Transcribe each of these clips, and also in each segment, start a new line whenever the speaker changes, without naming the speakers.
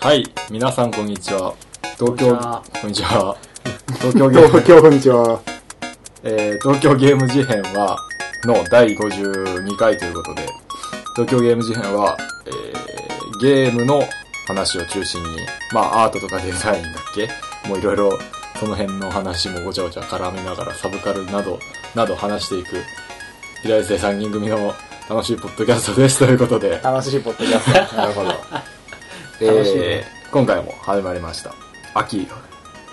はい、皆さんこんにちは。東京、こんにちは。東京ゲー ム
東、京こんにちは。
えー、東京ゲーム事変は、の第52回ということで、東京ゲーム事変は、えー、ゲームの話を中心に、まあアートとかデザインだっけもういろいろ、その辺の話もごちゃごちゃ絡めながらサブカルなど、など話していく、平井生3人組の楽しいポッドキャストですということで、
楽しいポッドキャスト。なるほど。楽しい
え
ね
ー今回も始まりました秋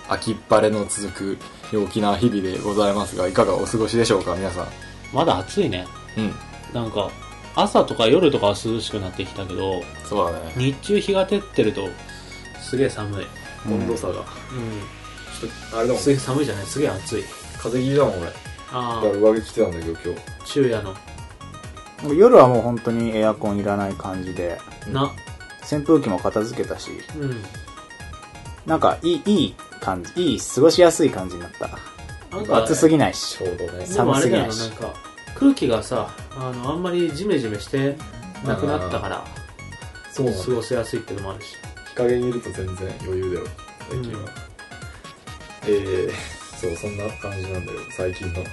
秋っ晴れの続く陽気な日々でございますがいかがお過ごしでしょうか皆さん
まだ暑いね。
うん
なんか、朝とか夜とかは涼しくなってきたけど、
そうだね
日中日が照ってると、すげえ寒い。
温度差が、
うん。
ちょっとあれだ
すげえ寒いじゃないすげえ暑い。
風邪気味だもん俺
あ
だから上着着てたんだけど今
あ、昼夜の。
もう夜はもう本当にエアコンいらない感じで、
日
な、
扇風機も片付けたし、
うん。
なんかいい、いい感じ、いい、過ごしやすい感じになった。
なんか、
暑すぎないし
ち。ょうどね
でもあれだ
寒
よな、
すぎ
なんか、空気がさ、あの、あんまりジメジメしてなくなったから、
そうなんだ
過ごせやすいってのもあるし。
日陰にいると全然余裕だよ最近は、
うん
えー、そうそんな感じなんだよ最近の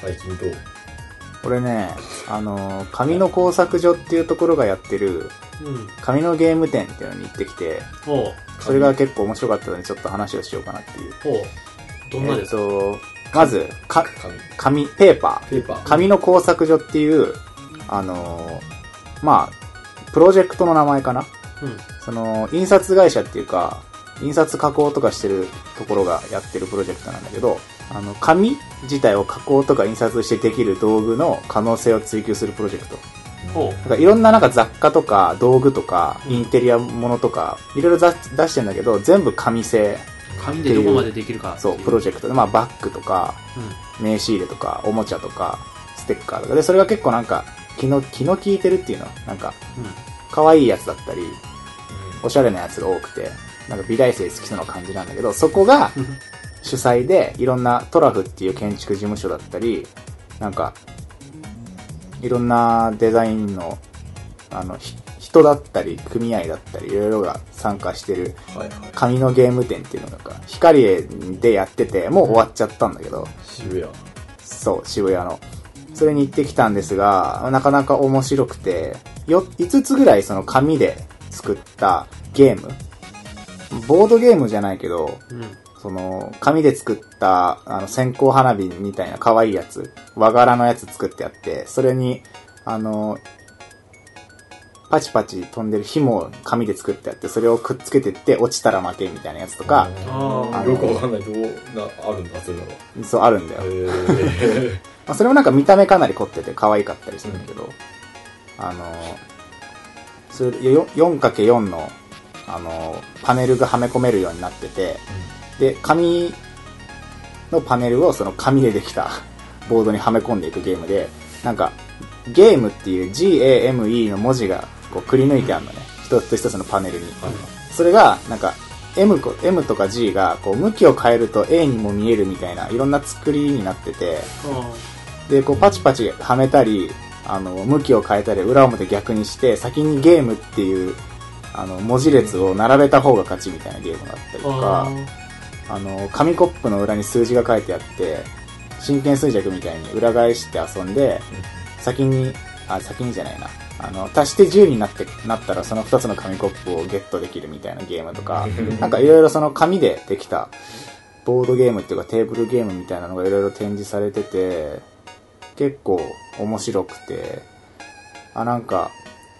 最近と
俺ね、あのー、紙の工作所っていうところがやってる、
うん。
紙のゲーム店っていうのに行ってきて、
おう、
それが結構面白かったのでちょっと話をしようかなっていう。
おう。どんな
え
で
っ
すか、
と、まず、か、
紙
紙、ペーパー。
ペーパー
紙の工作所っていう、あのーまあ、プロジェクトの名前かな
うん。
その、印刷会社っていうか、印刷加工とかしてるところがやってるプロジェクトなんだけど、あの、紙自体を加工とか印刷してできる道具の可能性を追求するプロジェクト。
おう。
なんかいろんななんか雑貨とか道具とか
うん
インテリアものとか、いろいろざ出してんだけど、全部紙製。
紙でどこまでできるかってい
そう、プロジェクトで、まあバッグとか、名刺入れとか、おもちゃとか、ステッカーとか。で、それが結構なんか、気の、気の利いてるっていうのなんか、
うん。うん。
可愛いやつだったり、
う
おしゃれなやつが多くて、なんか美大生好きそうな感じなんだけど、そこが主催で、いろんなトラフっていう建築事務所だったり、なんか、いろんなデザインの、あの、ひ人だったり、組合だったり、いろいろが参加してる、
んはいはい
紙のゲーム展っていうのがなんか、光栄でやってて、もう終わっちゃったんだけど、
渋谷
そう、渋谷の。それに行ってきたんですが、なかなか面白くて、よ、5つぐらいその紙で作ったゲーム。ボードゲームじゃないけど、
うん。うん。
その、紙で作った、あの、線香花火みたいな可愛いやつ、和柄のやつ作ってあって、それに、あの、パチパチ飛んでる紐を紙で作ってあって、それをくっつけてって落ちたら負けみたいなやつとか、
あ
あ
ー
の
よくわかんないどうなあるんだそれは
そうあるんだよ。
へ
まあ、それもなんか見た目かなり凝ってて可愛かったりするんだけど、あのー、それよ 4×4 の、あのーパネルがはめ込めるようになってて、で、紙のパネルをその紙でできたボードにはめ込んでいくゲームで、なんか、ゲームっていう GAME の文字がこうくり抜いてあるのね。一つ一つのパネルに。それが、なんか、M, こ M とか G がこう向きを変えると A にも見えるみたいないろんな作りになってて、
あ
でこうパチパチはめたりあの向きを変えたり裏表逆にして先にゲームっていうあの文字列を並べた方が勝ちみたいなゲームがあったりと
あ
かあの紙コップの裏に数字が書いてあって真剣衰弱みたいに裏返して遊んで先にあ先にじゃないなあの足して10になってなったらその2つの紙コップをゲットできるみたいなゲームと か
ー
なんかいろいろその紙でできたボードゲームっていうかテーブルゲームみたいなのがいろいろ展示されてて、結構面白くて、あ、なんか、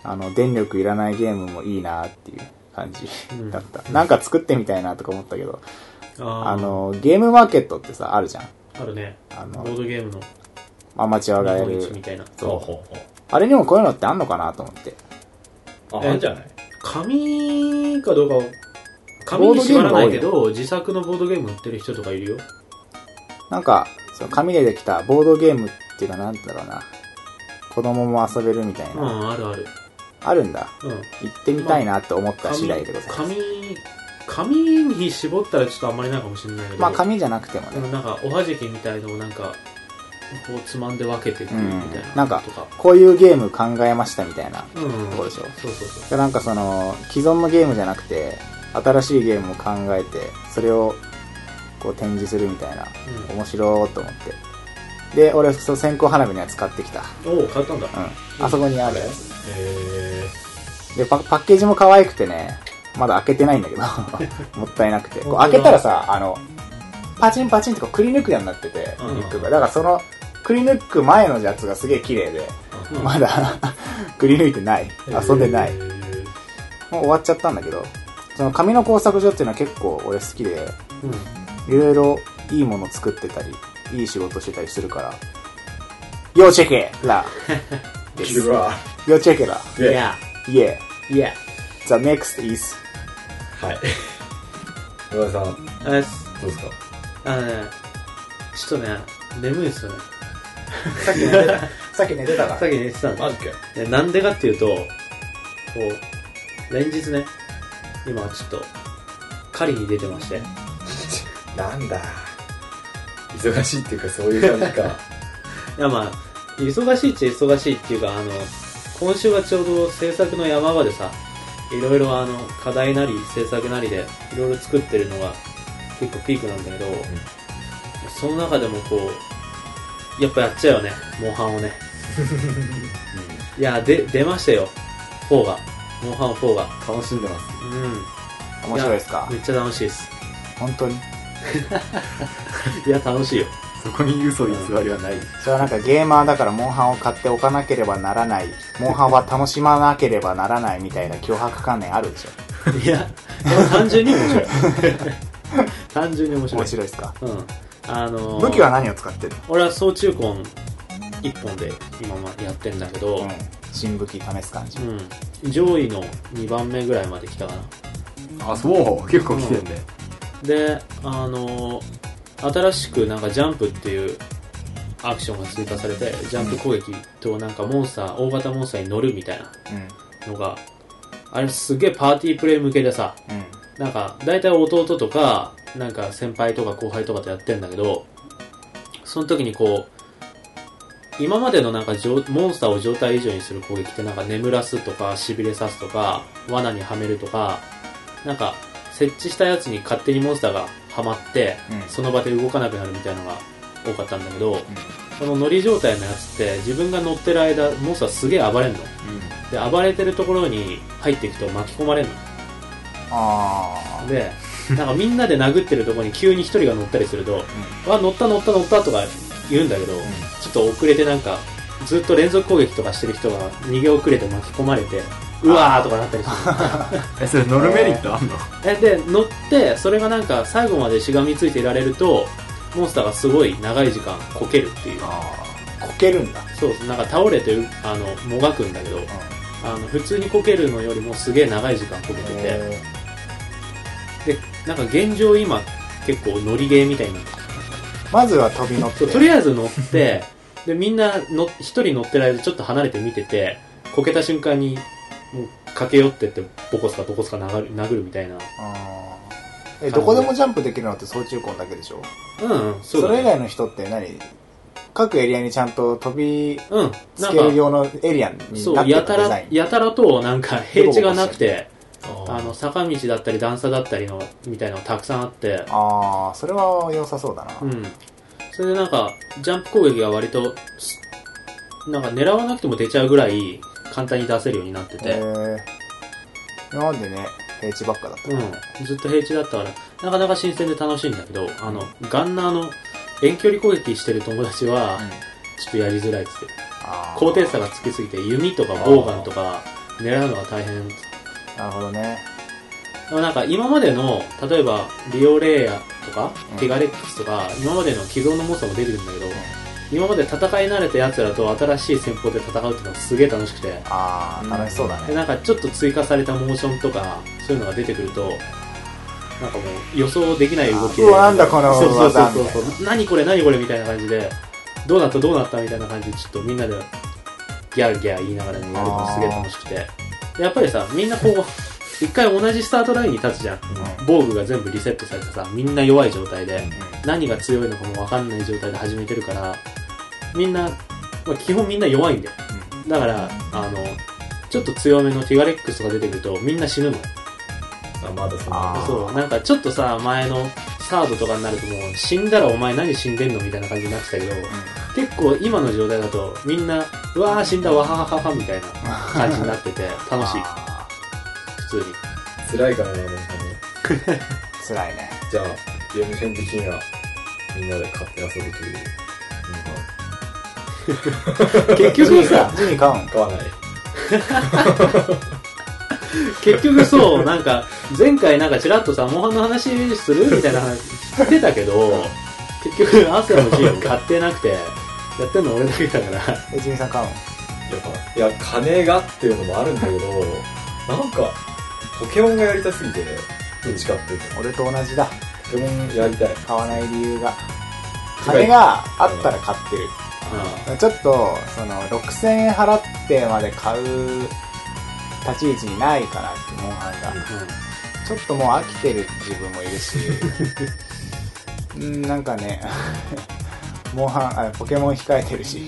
あの、電力いらないゲームもいいなっていう感じ
うん
だった。なんか作ってみたいなとか思ったけど、
ーあ
あ
の、
の、ゲームマーケットってさ、あるじゃん。
あるね。
あ
ボー
の、
ドゲームの
アマチュアがや
日本一み
る。
たいな。
ほうほう
あれにもこういうのってあんのかなと思って。
ほうあ
え
あんじゃない
紙かどうかを、紙に縛らないけど、自作のボードゲーム売ってる人とかいるよ。
なんか、その紙でできたボードゲームっていうかなんだろうな。子供も遊べるみたいうな。
ん、あるある。
あるんだ。
うん。
行ってみたいなって思った次第でございます。
紙、紙に絞ったらちょっとあんまりないかもしれないけど。
まあ紙じゃなくてもね。
でもなんか、おはじきみたいのをなんか、こうつまんで分けていくみたいな。
なんか
とか。
こういうゲーム考えましたみたいな
うん。
とこでしょ
そうそうそう。
でなんかその既存のゲームじゃなくて新しいゲームを考えてそれをこう展示するみたいな
う
面白いと思ってで俺そう線香花火のやつ買ってきた、
ん。おお、買ったんだ。
うん、あそこにあるやつ
へ
でパパッケージも可愛くてねまだ開けてないんだ けどもったいなくてこう開けたらさあのパチンパチンってこうくり抜くようになってて
うん
ニックがだからそのくり抜く前のやつがすげえ綺麗で
え。うん
まだ くり抜いてない遊んでない
へー
もう終わっちゃったんだけどその紙の工作所っていうのは結構俺好きで
うん。
いろいろいいもの作ってたりいい仕事してたりするから要チェケ ラです
キルラ
要チェケラ
ー。で、
や。
Yeah
いや。
The next is
はい。野田さん、ど
あれです。
うですか
あのね、ちょっとね、眠いですよね。
さっき寝てたさっき寝てたか
さっき寝てたんで
マジかよ。
でなんでかっていうと、こう、連日ね、今ちょっと、狩りに出てまして、
なんだ。忙しいっていうか、そういう感じか。
いやまあ、忙しいっちゃ忙しいっていうか、あの、今週はちょうど制作の山場でさ、いろいろあの、課題なり制作なりで、いろいろ作ってるのが結構ピークなんだけど、その中でもこう、やっぱやっちゃうよね、モンハンをね。いや、で、出ましたよ、4が。モンハン4が。
楽しんでます。
うん。
面白いですか
めっちゃ楽しいです。
本当に
いや、楽しいよ。
そこに嘘偽りはない。
それはなんかゲーマーだからモンハンを買っておかなければならないモンハンは楽しまなければならないみたいな脅迫観念あるでしょ
いや、単純に 面白い。単純に面白い。
面白いですか
うん。あのー
武器は何を使ってる
俺は総中魂一本で今までやってんだけど
の、新武器試す感じ
うん。上位の2番目ぐらいまで来たかな。
あ、そう結構来てんね。
で、あのー新しくなんかジャンプっていうアクションが追加されて、ジャンプ攻撃となんかモンスター、大型モンスターに乗るみたいな
う
のが、あれすげえパーティープレイ向けでさ、
んうん
なんか、大体弟とか、なんか先輩とか後輩とかとやってんだけど、その時にこう、今までのなんかじょモンスターを状態以上にする攻撃ってなんか眠らすとか、痺れさすとか、罠にはめるとか、なんか、設置したやつに勝手にモンスターがはまって、
うん
その場で動かなくなるみたいなのが多かったんだけど、この乗り状態のやつって自分が乗ってる間、モンスターすげえ暴れんの。で、暴れてるところに入っていくと巻き込まれんの。
あ
で、なんかみんなで殴ってるとこに急に一人が乗ったりすると、わ、乗った乗った乗ったとか言うんだけど、ちょっと遅れてなんか、ずっと連続攻撃とかしてる人が逃げ遅れて巻き込まれて、うわーとかなったりす
え、それ乗るメリットあんの
る。え、で、乗って、それがなんか最後までしがみついていられると、モンスターがすごい長い時間こけるっていう。
あこけるんだ
そう、なんか倒れて、あの、もがくんだけど、あの、普通にこけるのよりもすげえ長い時間こけてて、
へ
で、なんか現状今、結構乗りゲーみたいになってて
ーまずは飛び乗っ
そ
て
うとりあえず乗って、で、みんなの、一人乗ってる間ちょっと離れて見てて、こけた瞬間に、もう駆け寄ってって、ボコスカボコスカ殴る殴るみたいな。
あーえどこでもジャンプできるのって総中高だけでしょ
うん、うん、そう
そ
だ、ね。
れ以外の人って何各エリアにちゃんと飛び
うん、
つ
な
ける
んか、
用のエリアになってる
そう、やた
デザ
ら
イ、ン
やたらと、なんか、平地がなくて、あ
あ
の、坂道だったり段差だったりの、みたいなのがたくさんあって、
ああそれは良さそうだな、
うん。それでなんか、ジャンプ攻撃が割と、すなんか狙わなくても出ちゃうぐらい、簡単に出せるようになってて。
へー今までね平地ばっかだったからね、
うん、ずっと平地だったから、なかなか新鮮で楽しいんだけど、あの、ガンナーの遠距離攻撃してる友達は、ちょっとやりづらいっつって、
あー
高低差がつきすぎて弓とかボウガンとか狙うのが大変っつって。
なるほどね
でもなんか今までの、例えば、リオレイヤとか
うん、
ティガレックスとか、今までの既存のモンスターも出てくるんだけど、今まで戦い慣れた奴らと新しい戦法で戦うっていうのがすげえ楽しくて、
ああ楽しそうだ
で
ね、
なんかちょっと追加されたモーションとかそういうのが出てくるとなんかもう予想できない動きで
あうわなんだこの
そうそう
技
そうそう何これ何これみたいな感じでどうなったどうなったみたいな感じでちょっとみんなでギャーギャー言いながらもやるのすげえ楽しくてでやっぱりさみんなこう 一回同じスタートラインに立つじゃん防具が全部リセットされてさみんな弱い状態で何が強いのかも分かんない状態で始めてるからみんな、まあ、基本みんな弱いんだよ。だから、あの、ちょっと強めのティガレックスとか出てくるとみんな死ぬの。
あまだそんな
あー
そう、なんかちょっとさ、前のサードとかになるともう死んだらお前何死んでんのみたいな感じになってたけど、結構今の状態だとみんな、うわー死んだわははははみたいな感じになってて楽しい、
あ
普通に。
辛いからね本当に
ー辛いね。
じゃあゲーム編的にはみんなで買って遊ぶという、
結局さ、
ジミー買うん
買わない
結 局そう、なんか前回なんかちらっとさ、モンハンの話するみたいな話してたけど、結局アースラム G も買ってなくて、やってんの俺だけだから、
え、ジミーさん買うん
やっぱいや金がっていうのもあるんだけどなんかポケモンがやりたすぎてどっちかっていうと
俺と同じだ。
ポケモンやりたい
買わない理由が。
近い
金があったら買ってる。ちょっと、その、6000円払ってまで買う立ち位置にないからって、モンハンが。
うんうん
ちょっともう飽きてる自分もいる し、うん、なんかね、モンハン、あポケモン控えてるし、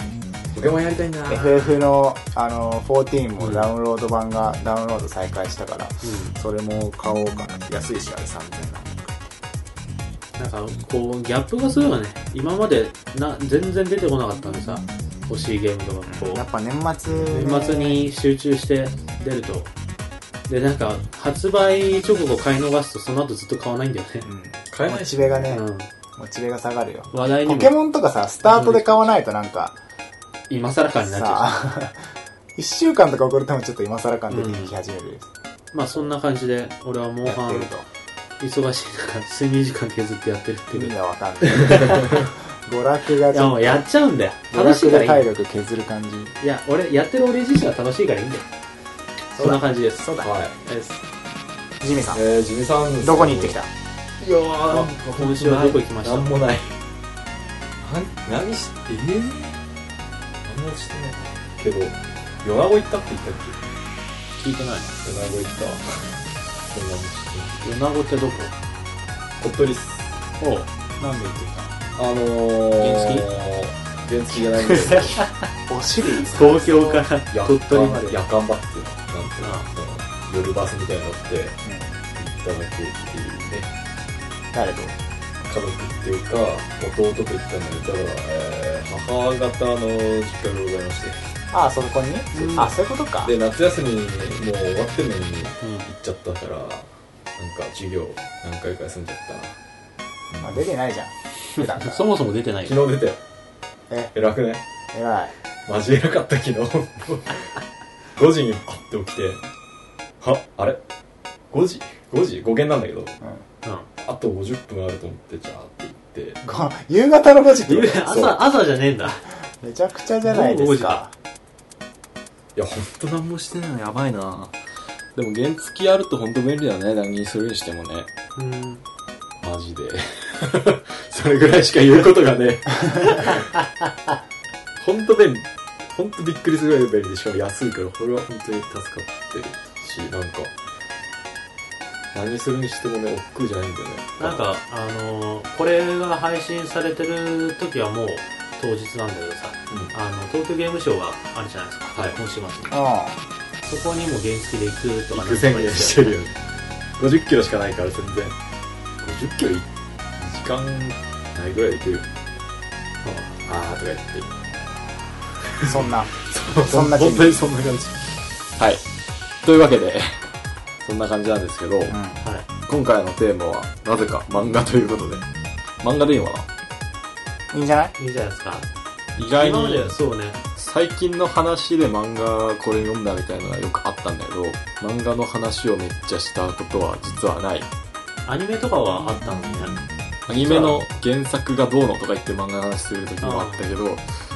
ポケモンやりたいな
FF のあの14もダウンロード版がダウンロード再開したから、それも買おうかな。安いし、あれ3000円なんで
なんかこうギャップがすごいよね今までな全然出てこなかったんでさ欲しいゲームと
や
か
っ
こ
ぱ年末
う
ね、
年末に集中して出るとでなんか発売直後買い逃すとその後ずっと買わないんだよね
うん、
買えな
モ
い
チ
し
ベがね、
う
モチベが下がるよ。
ん話題に
ポケ
も
モンとかさ、スタートで買わないとなんか、
今更感になっち
さ
ゃう
あ、1週間とか遅れてもちょっと今更感出てき始める。
まあそんな感じで俺はモン
やっ
ハ
て
ン
ると。
忙しい中睡眠時間削ってやってるって
意
いう
味
い
がわかんない 娯楽がち
や
ょ
も
っ
うやっちゃうんだよ
と娯
楽
楽
しい
で
からい
体
い
力削る感じ
いや俺やってる俺自身が楽しいからいいんだよそんな感じです
そうだ
はい
です
ジミーさん
えー、ジミさん
どこに行ってきた
いや
あ今週はどこ行きました
なんもないな何してえー、何もしてないけど米子行ったって言ったっ
聞いてない
け米子行ったそんなにして
な米子ってどこ
鳥取っす
おう
なんで行ってき
あのー、原付原付じゃないんですけど
たお尻
東京から
夜
鳥取まで
夜間バスっていうのなんていうのその夜バスみたいに乗って行っただけっていうね
誰と
家族っていうか弟と行ったんだけどだから、えー母方の実家でございまして
ああそこに
うん
あそういうことか
で夏休みもう終わってんのに行っ
うん
ちゃったからなんか授業何回か休んじゃったな、
あ
うん
出てないじゃん普段から
そもそも出てないよ
昨日出たよ
え
偉くない
偉い
マジ偉かった昨日 5時にパッて起きてはあれ5時5時5限なんだけどあと50分あると思ってじゃあって言って
こ夕方の5時って
うん
こ
そう
朝朝じゃねえんだ
とめちゃくちゃじゃないですか
いやほん
ほんと何もしてないのやばいなでも原付きあるとほんと便利だね。何にするにしてもね。
うん
マジ で。それぐらいしか言うことがね。
ほんと便利ほんとびっくりするぐらい便利でしかも安いからこれは本当に助かってるしなんか何するにしてもね億劫じゃないんだよね
なんかあのーこれが配信されてる時はもう当日なんだけどさ、
う
あの東京ゲームショウがあるじゃないですか、
はい
今週末に
う
そこにも原付で行くとか
行く宣言しててるよね50キロしかないから全然50キロい時間ないぐらいで行けるあーとか言って
んそんな
そ
そんな
本当にそんな感じ
はい。というわけで、 そんな感じなんですけど、
うん
はい
今回のテーマは、なぜか漫画ということで。漫画でいいのか
いいんじゃない
いいじゃないですか
な意外
今まで
に
は、そうね
最近の話で漫画これ読んだみたいなのがよくあったんだけど、漫画の話をめっちゃしたことは実はない。
アニメとかはあったのにね
アニメの原作がどうのとか言って漫画の話する時もあったけど、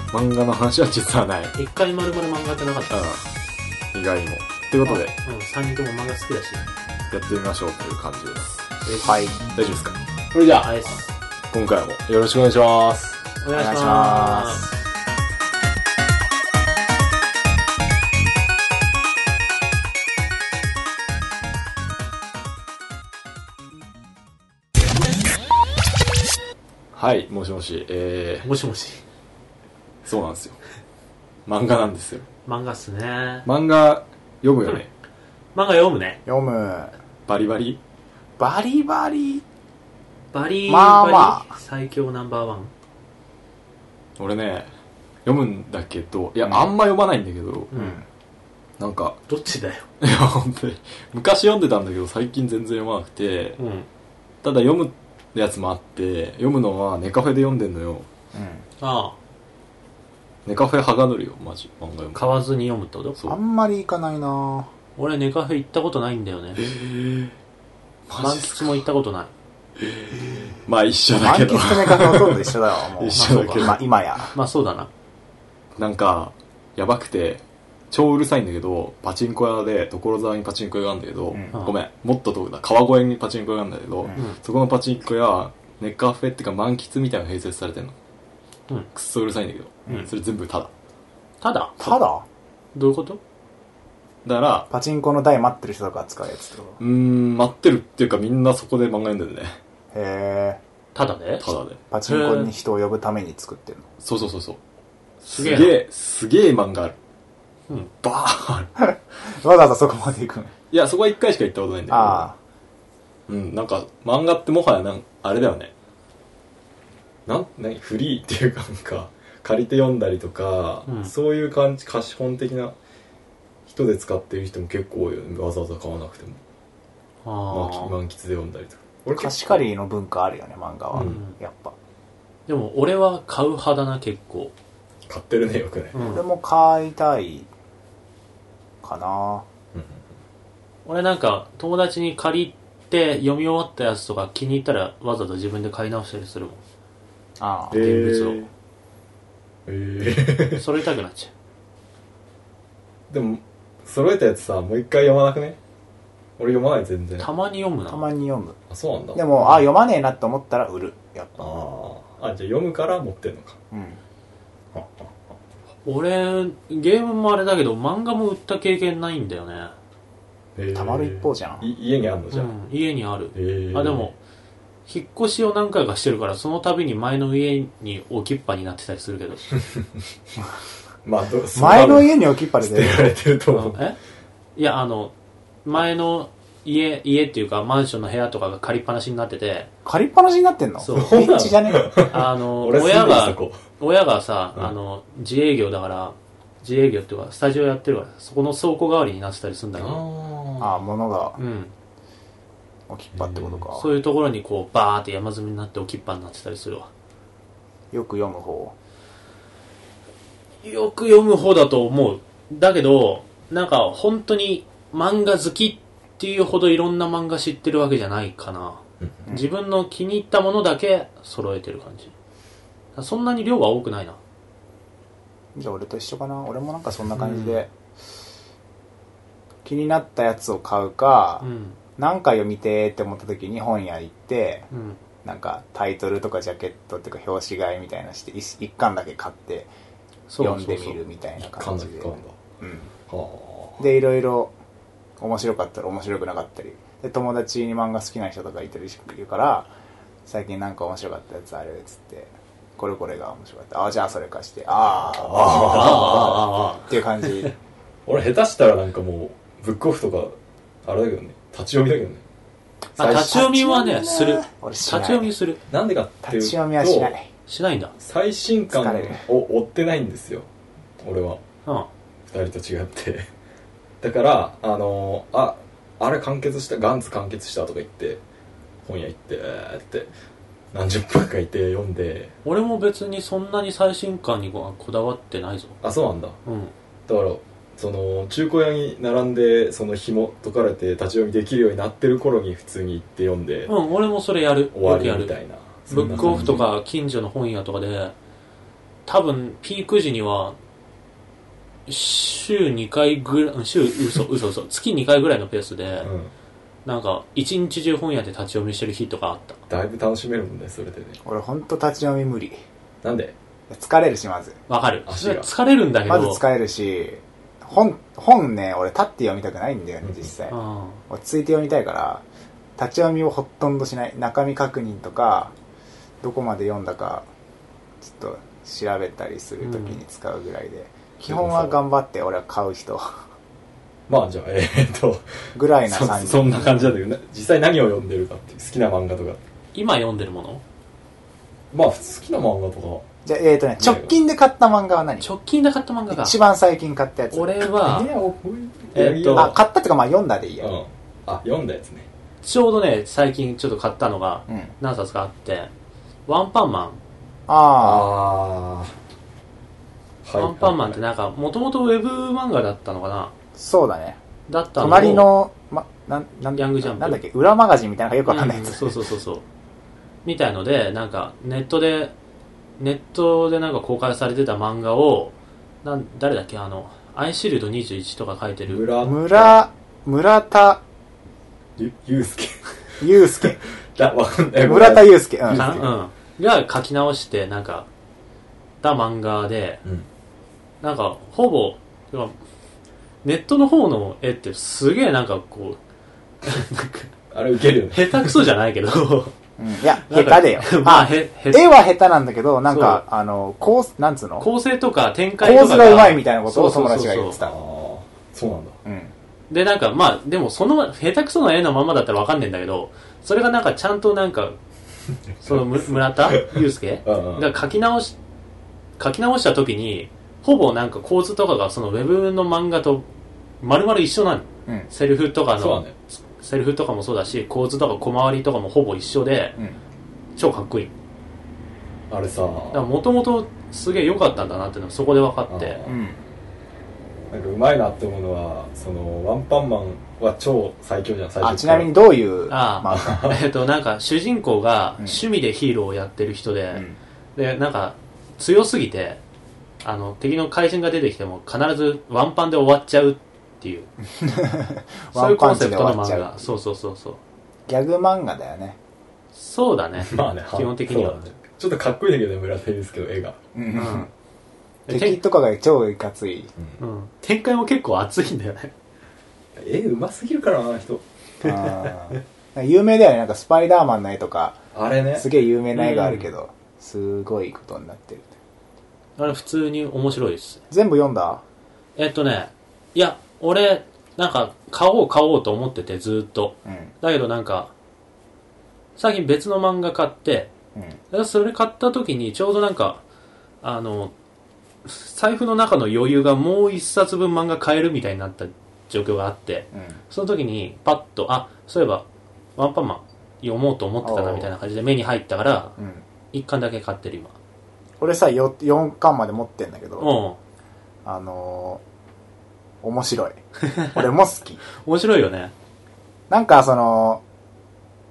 漫画の話は実はない。う
一回まるまる漫画ってなかった
ん。意外にも。ということで、や
うん、3人とも漫画好きだし
ってみましょうという感じです。
はい
大丈夫ですかそれじゃあ、
アイス
今回もよろしくお願いします。
お願いし
お願いし
ま
ます
はい、もしもし、え
もしもし
ー、そうなんですよ。漫画なんですよ。
漫画っすね。漫
漫画読むよね。
画読むね。
読む。
バリバリ。
バリバリ。
バリー
まあまあ
バリ最強ナンバーワン。
俺ね、読むんだけど、いや、
うん
あんま読まないんだけど、
うん。
なんか、
どっちだよ。
いや、本当に。昔読んでたんだけど、最近全然読まなくて、
うん。
ただ読むやつもあって、読むのはネカフェで読んでんのよ。
う
あ
ネカフェはがどるよ、マジ。漫画読
あ、
む。
買わずに読むってこと
そ
ん。あ
う。
んまり行かないな
俺ネカフェ行ったことないんだよね。
マ
満
ジっす
喫も行ったことない。
まあ一緒だけ
満喫
ど。
とメカフェほとんど一緒だよ、もう。
一緒だけど
今、今や。
まあそうだな。
なんか、やばくて、超うるさいんだけど、パチンコ屋で、所沢にパチンコ屋があるんだけど、
うん
ごめん、もっと遠くだ、川越にパチンコ屋があるんだけど、
うん
うん。
そこのパチンコ屋、ネッカフェっていうか満喫みたいなのが併設されてんの。
うん
くっそうるさいんだけど、
うん
それ全部ただ。
ただ
ただ
どういうこと
だから、
パチンコの台待ってる人とか使うやつってこ
うーん、待ってるっていうかみんなそこで漫画読んでるね。
とへえ。
ただで
ただで。
パチンコに人を呼ぶために作ってるの。
そうそうそうそう。す
す
げ
げえな
え、すげえ漫画ある。
うん。
バーンある。
わざわざそこまで行くの。
いや、そこは一回しか行ったことないんだけど。
あ
うん、なんか、漫画ってもはやなん、あれだよね。
なん何フリーっていうかなんか借りて読んだりとか、
うん
そういう感じ貸本的な人で使ってる人も結構多いよねわざわざ買わなくても満喫
あ
満喫で読んだりとか
あ。
俺
貸し借りの文化あるよね、漫画は
うん。
やっぱ。
あ。でも俺は買う派だな、結構。
り買ってるねよくね、
うん
俺も買いたいかな
俺なんか友達に借りて読み終わったやつとか気に入ったらわざわざ自分で買い直したりするも ん
ああ
え
現
ー
物を
え
揃えたくなっちゃ
ー でも揃えたやつさもう一回読まなくね俺読まない全
う
然
たまに読むな
たまに読む
あそうなんだ
でもああ読まねえなと思ったら売るやっ
あ
ぱ
ーあじゃあ読むから持ってんのか
うん
俺ゲームもあれだけど漫画も売った経験ないんだよね、
たまる一方じゃん
い家にあんのじ
う
ゃん、
ん、家にある
えー
あでも引っ越しを何回かしてるからその度に前の家に置きっぱになってたりするけど
まあどう
前の家に置きっぱり
捨て
で
られてると思う
えいやあの前の家家っていうかマンションの部屋とかが借りっぱなしになって て
借りっぱなしになってんの
そう
立地じゃねえ
あの
俺住
親
んでる
が
そこ
親がさ、
うん
あの自営業だから自営業っていうかスタジオやってるからそこの倉庫代わりになってたりするんだけど、
ああ物が
うん、
置きっぱってこと
そう
か
いうところにこうバーって山積みになって置きっぱになってたりするわ
よく読む方
よく読む方だと思うだけどなんか本当に漫画好きっていうほどいろんな漫画知ってるわけじゃないかな、
うん
自分の気に入ったものだけ揃えてる感じそんなに量は多くないな
じゃあ俺と一緒かな俺もなんかそんな感じで気になったやつを買うか
うん
何回読みてーって思った時に本屋行って
うん
なんかタイトルとかジャケットっていうか表紙買いみたいなして一一巻だけ買って
そうそう
読ん
そ
で
う
みるみたいな
噛
感
んだ
じ
噛
で
んだは
うん
あ
でいろいろ面白かったり面白くなかったりで友達に漫画好きな人とかいたりいるから最近なんか面白かったやつあるっつってこれこれが面白かったああじゃあそれ貸してあーあ
ああああああ
ーっていう感じ
俺下手したらなんかもうブックオフとかあれだけどね立ち読みだけどね
あ立ち読みはね
立ち
す
読み
る
ね
立
俺し
ち
ない
読みする
なんでかっていうと
立ち読みはしない
しないんだ
最新刊
疲れる
を追ってないんですよ俺は
うん
2人と違って だからあのーああれ完結したガンツ完結したとか言って本屋行ってえーって何十分かいて読んで
俺も別にそんなに最新刊にここだわってないぞ
あそうなんだ
うん
だからその中古屋に並んでその紐解かれて立ち読みできるようになってる頃に普通に行って読んで
うん俺もそれやる
終わ
よ
り
く
みた
やる
いな
ブックオフと
そんな感
か近所の本屋とかで多分ピーク時には週2回ぐらい週嘘 嘘嘘月2回ぐらいのペースで
じ、うん
なんか一日中本屋で立ち読みしてる日とかあった
だいぶ楽しめるもんねそれでね
俺ほんと立ち読み無理
なんで
疲れるしまず
わかる
足が
疲れるんだけど
まず疲れるし本本ね俺立って読みたくないんだよね実際
うん
落ち着いて読みたいから立ち読みをほとんどしない中身確認とかどこまで読んだかちょっと調べたりするときに使うぐらいで、基
そう
本は頑張って俺は買う人
まあじゃあえーっと
ぐらいな感
そ
じ
そんな感じなんだけどな実際何を読んでるかっていう好きな漫画とか
今読んでるもの
まあ好きな漫画と
じゃあえっ、とね直近で買った漫画は何
直近で買った漫画が
一番最近買ったやつ
俺
か
は
部屋を置い
えーっと
あ買ったっていうかまあ読んだでいいや、
うんあ読んだやつね
ちょうどね最近ちょっと買ったのが
うん、
何冊かあってワンパンマン
ああ
ああ
ワンパンマンってなんかもともとウェブ漫画だったのかな
そうだね
だったのを
隣の、ま、なんなん
ヤングジャンプ
なんだっけ裏マガジンみたいなのがよくわかんないや
うん
つ、
そうそうそうそうみたいのでなんかネットでネットでなんか公開されてた漫画をなん誰だっけあのアイシールド21とか書いてる
村
村村田
ゆゆうすけ
祐介
だわかんない
村田祐介う
村
ん
田
かなうんが書き直してなんかた漫画で
うん
なんかほぼてかネットの方の絵ってすげえなんかこうなんか
あれウケるよね
下手くそじゃない けど
うんいや下手でよ
まあへへ
絵は下手なんだけど、なんか、あの、こう、なんつうの
構成とか展開とか
構図がうまいみたいなことを友達が言って
あ
た。
あそうなんだ
うん
で、なんか、まあ、でも、その、下手くその絵のままだったらわかんねえんだけど、それがなんか、ちゃんとな んか、その、む村田祐介
うんうん
が書き直し、書き直した時に、ほぼなんか構図とかが、その、ウェブの漫画と、まるまる一緒なの。
うん
セリフとか
そうだ
の、
ね
セリフとかもそうだし、構図とか小回りとかもほぼ一緒で、
うん
超かっこいい。
あれさ
だから、もともと、すげえ良かったんだなっていうのがそこで分かっ
あ
て
ー、
うん
なんかうまいなって思うのはそのワンパンマンは超最強じゃん最強
あ、ちなみにどういう漫
あ
画
えっと、なんか、主人公が
うん
趣味でヒーローをやってる人 で、
うん
でなんか強すぎてあの敵の怪人が出てきても必ずワンパンで終わっちゃうっていうそういうコンセプトの
ワンパンチで終
漫
わっちゃ
画そうそうそうそう
ギャグ漫画だよね。
そうだね
まあね
基本的には
そうだねちょっとかっこいいんだけどね村田ですけど絵が
うん、で
敵とかが超いかつい。
うん、展開も結構熱いんだよね
絵うますぎるからなあの人
うんなんか有名だよね。なんかスパイダーマンの絵とか、
あれね
すげえ有名な絵があるけど、すごいことになってる。
あれ普通に面白いです
全部読んだ
えっとねいや俺なんか買おう買おうと思っててずーっと
うん。
だけどなんか最近別の漫画買って
うん。
だからそれ買った時にちょうどなんかあの財布の中の余裕がもう一冊分漫画買えるみたいになった状況があって
うん。
その時にパッとあそういえばワンパンマン読もうと思ってたなみたいな感じで目に入ったから
うん。
一巻だけ買ってる今
俺さ、よ4巻まで持ってんだけど、
うん
あのー面白い。俺も好き。
面白いよね
なんかその、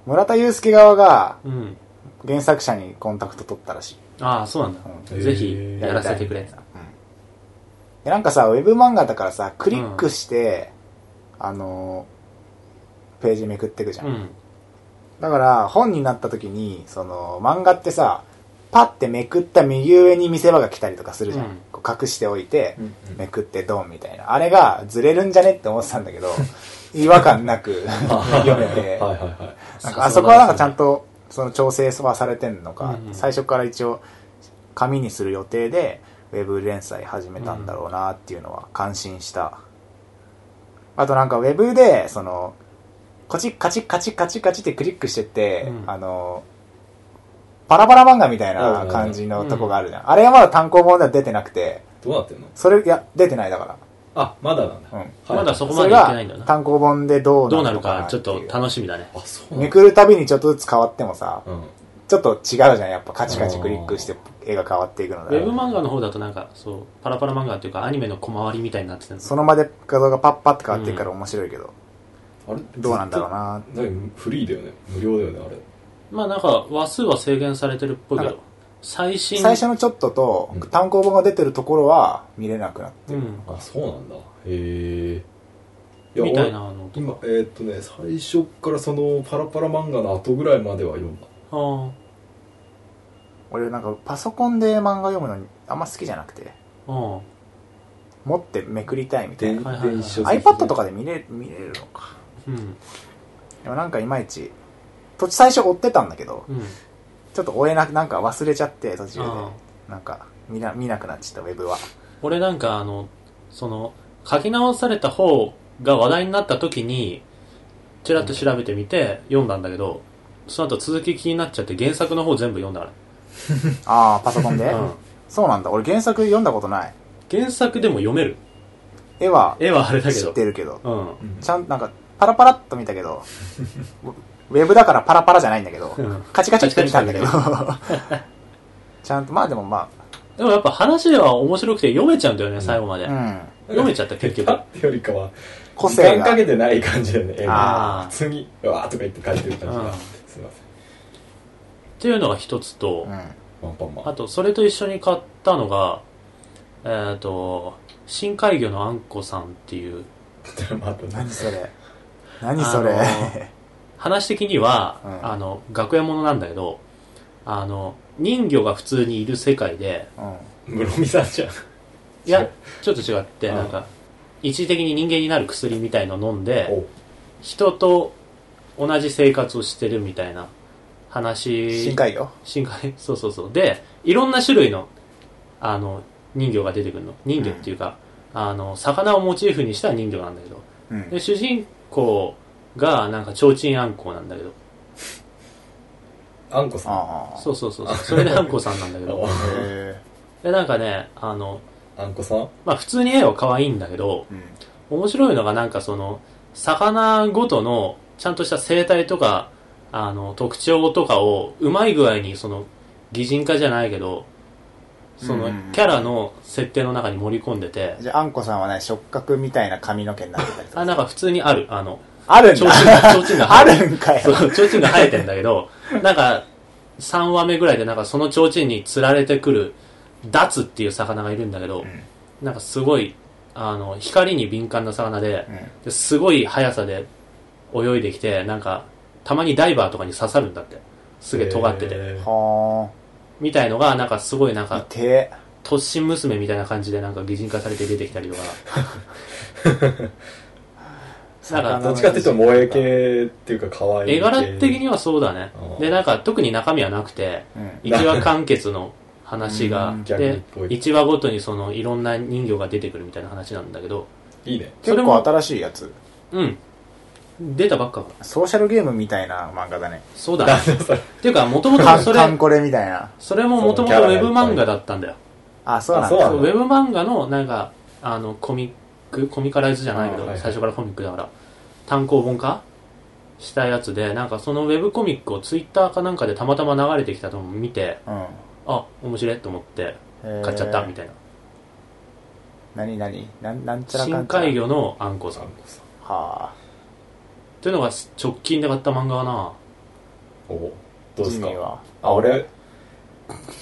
村田祐介側が
うん
原作者にコンタクト取ったらしい。
ああそうなんだ
う
へー
ぜひやらせてくれ
でなんかさ、ウェブ漫画だからさ、クリックして、あのー、ページめくってくじゃん。
うん
だから、本になった時に、その、漫画ってさ、パッてめくった右上に見せ場が来たりとかするじゃん。
うん
こう隠しておいて、
うん
めくってドンみたいな。あれがずれるんじゃねって思ってたんだけど、違和感なく読めて、
はいはいはい
なんかあそこはなんかちゃんとその調整はされてんのか、
うんうん
最初から一応紙にする予定でウェブ連載始めたんだろうなっていうのは感心した、あとなんかウェブでそのカチッカチッカチッカチッカチッってクリックしてって、
うん
あのパラパラ漫画みたいな感じのとこがあるじゃん、あれはまだ単行本では出てなくて
どうなってんの
それいや出てないだか
あまだなんだ
ら、うん、
はい
まだそこま
そ
で
れ
いけないんだよ
が
な
単行本でどう
どう
な
な
るの
る
かな
か
って
ち
い
ょっ
う
と楽しみだね
あそうなんだ
めくるたびにちょっとずつ変わってもさ、
うん
ちょっと違うじゃんやっぱカチカチクリックして絵が変わっていくの
ウェ
で
ブ漫画の方だとなんかそうパラパラ漫画っていうかアニメの小回りみたいになってたの
その場で画像がパッパって変わっていくから面白いけど、
あれ
どうなんだろうな
ずっと何フリーだよね無料だよねあれ
まあなんか話数は制限されてるっぽいけ
なん
ど最新
最初のちょっとと
うん
単行本が出てるところは見れなくなって
う
る、
ん
あそうなんだへえ
みたいなのとか
今えーっとね最初からそのパラパラ漫画の後ぐらいまでは読んだ
あ
俺なんかパソコンで漫画読むのにあんま好きじゃなくて
あうん
持ってめくりたいみたい
電
な
はいはいはい
電子書籍
iPad とかで見れ見れるのか
うん
でもなんかいまいち途中最初追ってたんだけど
うん
ちょっと追えなくなんか忘れちゃって途中で
あ
なんか見な見なくなっちゃったウェブは
俺なんかあの、その、書き直された方が話題になった時に、ちらっと調べてみて読んだんだけど、その後続き気になっちゃって原作の方全部読んだか
ああパソコンで、
ら。うん。
そうなんだ俺原作読んだことない
原作でも読める。
絵は
絵はあれだけ
知
ど。
ってるけど
うん。
ちゃんなんかパラパラっと見たけど ウェブだからパラパラじゃないんだけど、
うん
カチカチって見たんだけど
カチ
ちゃんとまあでもま
でもやっぱ話では面白くて読めちゃうんだよね、最後まで。
あうん
読めちゃった、結
下
局。
手ってよりかは
個
時
性
間か
が
けてない感じだよね絵
あ
が普通にうわーとか言って書いてる感じ
うん
がすいま
っていうのが一つと、
うん
せんアンパンマン
あと、それと一緒に買ったのが、えっ、と、深海魚のあんこさんっていう、
また
何それ何それ、
あのー話的には、
うん
あの、学園ものなんだけど、あの、人魚が普通にいる世界で、
うん
室見さんじゃん
いや、ちょっと違って、
うん
なんか、一時的に人間になる薬みたいの飲んで、
お
人と同じ生活をしてるみたいな話。
深海魚
深海 そうそうそう。で、いろんな種類の、あの、人魚が出てくるの。人魚っていうか、あの、魚をモチーフにした人魚なんだけど。
うん
で、主人公が、なんか、ちょうちんあんこなんだけど。
あんこさん
ああ
そうそうそうそう。それであんこさんなんだ けど。
あ
へ
で、なんかね、あの、
あんこさん
まあ、普通に絵は可愛いんだけど、
えうん
面白いのがなんかその、魚ごとの、ちゃんとした生態とか、あの、特徴とかを、うまい具合に、その、擬人化じゃないけど、その
うんうんうん、
キャラの設定の中に盛り込んでて、
じゃあ、あんこさんはね、触覚みたいな髪の毛になってたりと
あ、
か。
なんか普通にある、あの、
あるん
ちょうち ん
だ。
が、ちょうちんが
あ
生えて
るんかよ。
そう、ちょうちんが生えてんだけど、なんか、3話目ぐらいでなんかそのちょうちんに釣られてくる、ダツっていう魚がいるんだけど、なんかすごい、あの、光に敏感な魚で、
うん
ですごい速さで泳いできて、なんか、たまにダイバーとかに刺さるんだって。すげえ尖ってて。
へー
は
みたいのが、なんかすごいなん
ー。い
か、
て
突進娘みたいな感じでなんか擬人化されて出てきたりとか。
え。
なんか
どっちかっていうと萌え。系っていうか可愛い系
絵柄的にはそうだね
あ。ー
で、なんか特に中身はなくて、
うん。
1話完結の話
う
が
ん、
逆に
で
っ、ぽい
1話ごとにそのいろんな人魚が出てくるみたいな話なんだけど、
いいね
それ
結
も
構新しいやつ。
うん。出たばっかか。
ソーシャルゲームみたいな漫画だね。
そ うだね。っていうか、もとも
カ
と
ン、
そ
カン
れ、
コレみたいな。
それももともとウェブ漫画だったんだよ。
あ、そうなん
あそう
だ
な
そ
ん。
うウェブ漫画のなんかあのコミックコミカライズじゃないけ
あ
ど、
はいはい
最初からコミックだから単行本化したやつでなんかそのウェブコミックをツイッターかなんかでたまたま流れてきたのを見て
うん。
あ面白いと思って
へー
買っちゃったみたいな、
何何なんなんちゃらか
深
んちゃら。
海。魚のあんこさん
あ
っ
んこさん
は
ていうのが直近で買った漫画かな
お
ー。
どうです
ジミー
か
は
あ俺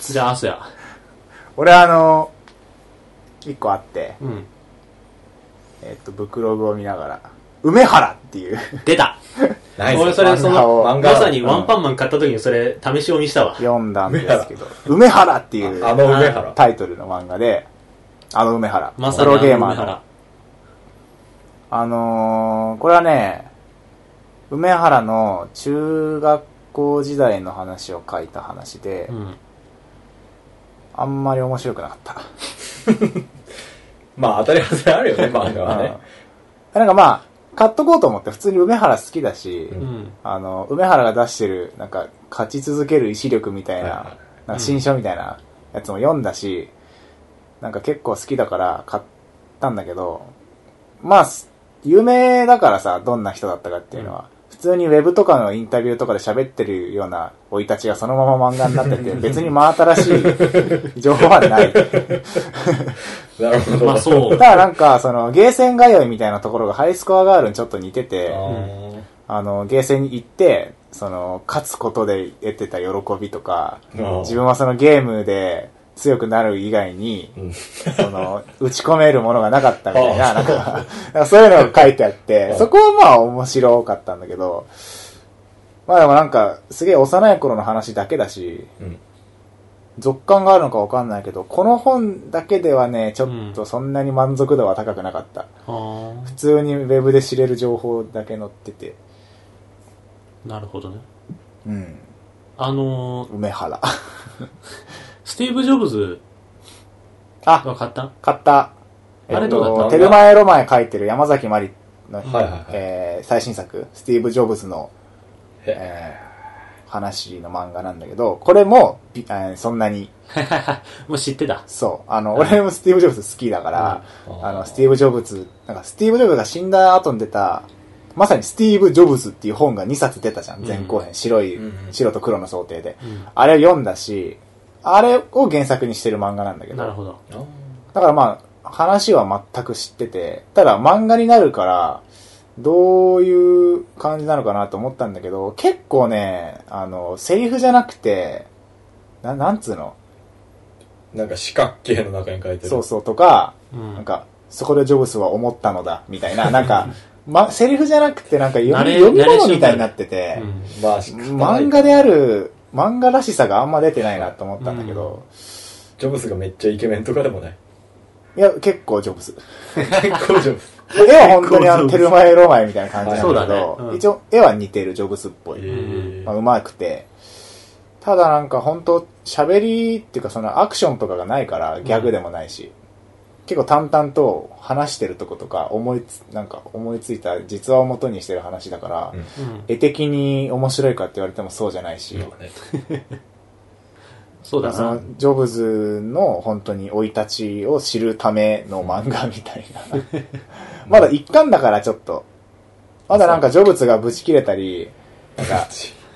じゃあアスヤ
俺あの、一個あって、
うん
えっと、ブクログを見ながら、梅原っていう。
出た
ナイス
俺それそ
漫画を
の
漫
ま
画
さにワンパンマン買った時にそれ試し読みしたわ
読んだんですけど、梅原っていう
ああの梅原
タイトルの漫画で、あの梅原、
まさ
プ
に
ロゲー
あの
マ
梅
ーの。
原
あのー、これはね、梅原の中学校時代の話を書いた話で、
うん
あんまり面白くなかった。
まあ当たり外れある よね漫画はね
うんなんかまあ、買っとこうと思って、普通に梅原好きだし、
う
うん
あの、梅原が出してる、なんか、勝ち続ける意志力みたい
はいはい
な、なんか新書みたいなやつも読んだし、なんか結構好きだから買ったんだけど、まあ、す有名だからさ、どんな人だったかっていうのは、普通にウェブとかのインタビューとかで喋ってるような生い立ちがそのまま漫画になって て、別に真新し い情報はない。
なるほど
まあそう
ただなんか、その、ゲーセン通いみたいなところがハイスコアガールにちょっと似てて、
あ
あの、ゲーセンに行って、その、勝つことで得てた喜びとか、
ー
自分はそのゲームで強くなる以外 に、
うん
その、打ち込めるものがなかったみたいな、
あー
なんか、なんかそういうのが書いてあって
う、ん
そこはまあ面白かったんだけど、まあでもなんか、すげえ幼い頃の話だけだし、
うん
続感があるのかわかんないけど、この本だけではね、ちょっとそんなに満足度は高くなかった。
あー
普通にウェブで知れる情報だけ載ってて、
なるほどね
うん。
あのー
梅原。
スティーブ・ジョブズ
あ、
あ、買 った
買った。え
あれ
っ
どうだった
と、テルマエロマエ書いてる山崎まりの、
はいはいはい
えー最新作、スティーブ・ジョブズの、
へ
えー話の漫画なんだけど、これも、びえーそんなに、
もう知ってた。
そう、あの、俺もスティーブ・ジョブズ好きだから、
うん
あの、スティーブ・ジョブズ、なんかスティーブ・ジョブズが死んだ後に出た、まさにスティーブ・ジョブズっていう本が2冊出たじゃん、前後編、白い、
うんうん
白と黒の想定で。
うん
あれを読んだし、あれを原作にしてる漫画なんだけど
なる、ほど。
あー
だからまあ、話は全く知ってて、ただ漫画になるから、どういう感じなのかなと思ったんだけど、結構ね、あの、セリフじゃなくて、ななんつうの
なんか四角形の中に書いてる
そうそうとか、
うん
なんか、そこでジョブスは思ったのだ、みた いな、なんか、ま、セリフじゃなくてなんか読
ナ
み
レ
読み
ナレーショ
物
ン
みたいになってて、
うん
まあ仕方ない
漫画である、漫画らしさがあんま出てないなと思ったんだけど、
ジョブスがめっちゃイケメンとかでもない
いや、結構ジョブス。
結構ジョブス
絵は本当にあ
結構そう
の、
で
テ
す
ルマエロマエみたいな感じなんだけ
そう
ど、
だねうん
一応絵は似てる、ジョブスっぽ
え
い。
ー
まあ、うまくて。ただなんか本当喋りっていうかそのアクションとかがないから、ギャグでもないし。結構淡々と話してるとことか、思いつ、なんか思いついた実話を元にしてる話だから、
うん
うん
絵的に面白いかって言われてもそうじゃないし、
そうね
そうだ
そ
な。
のジョブズの本当に生い立ちを知るための漫画みたいな。 まだ一巻だからちょっと。まだなんかジョブズがブチ切れたり、
なんか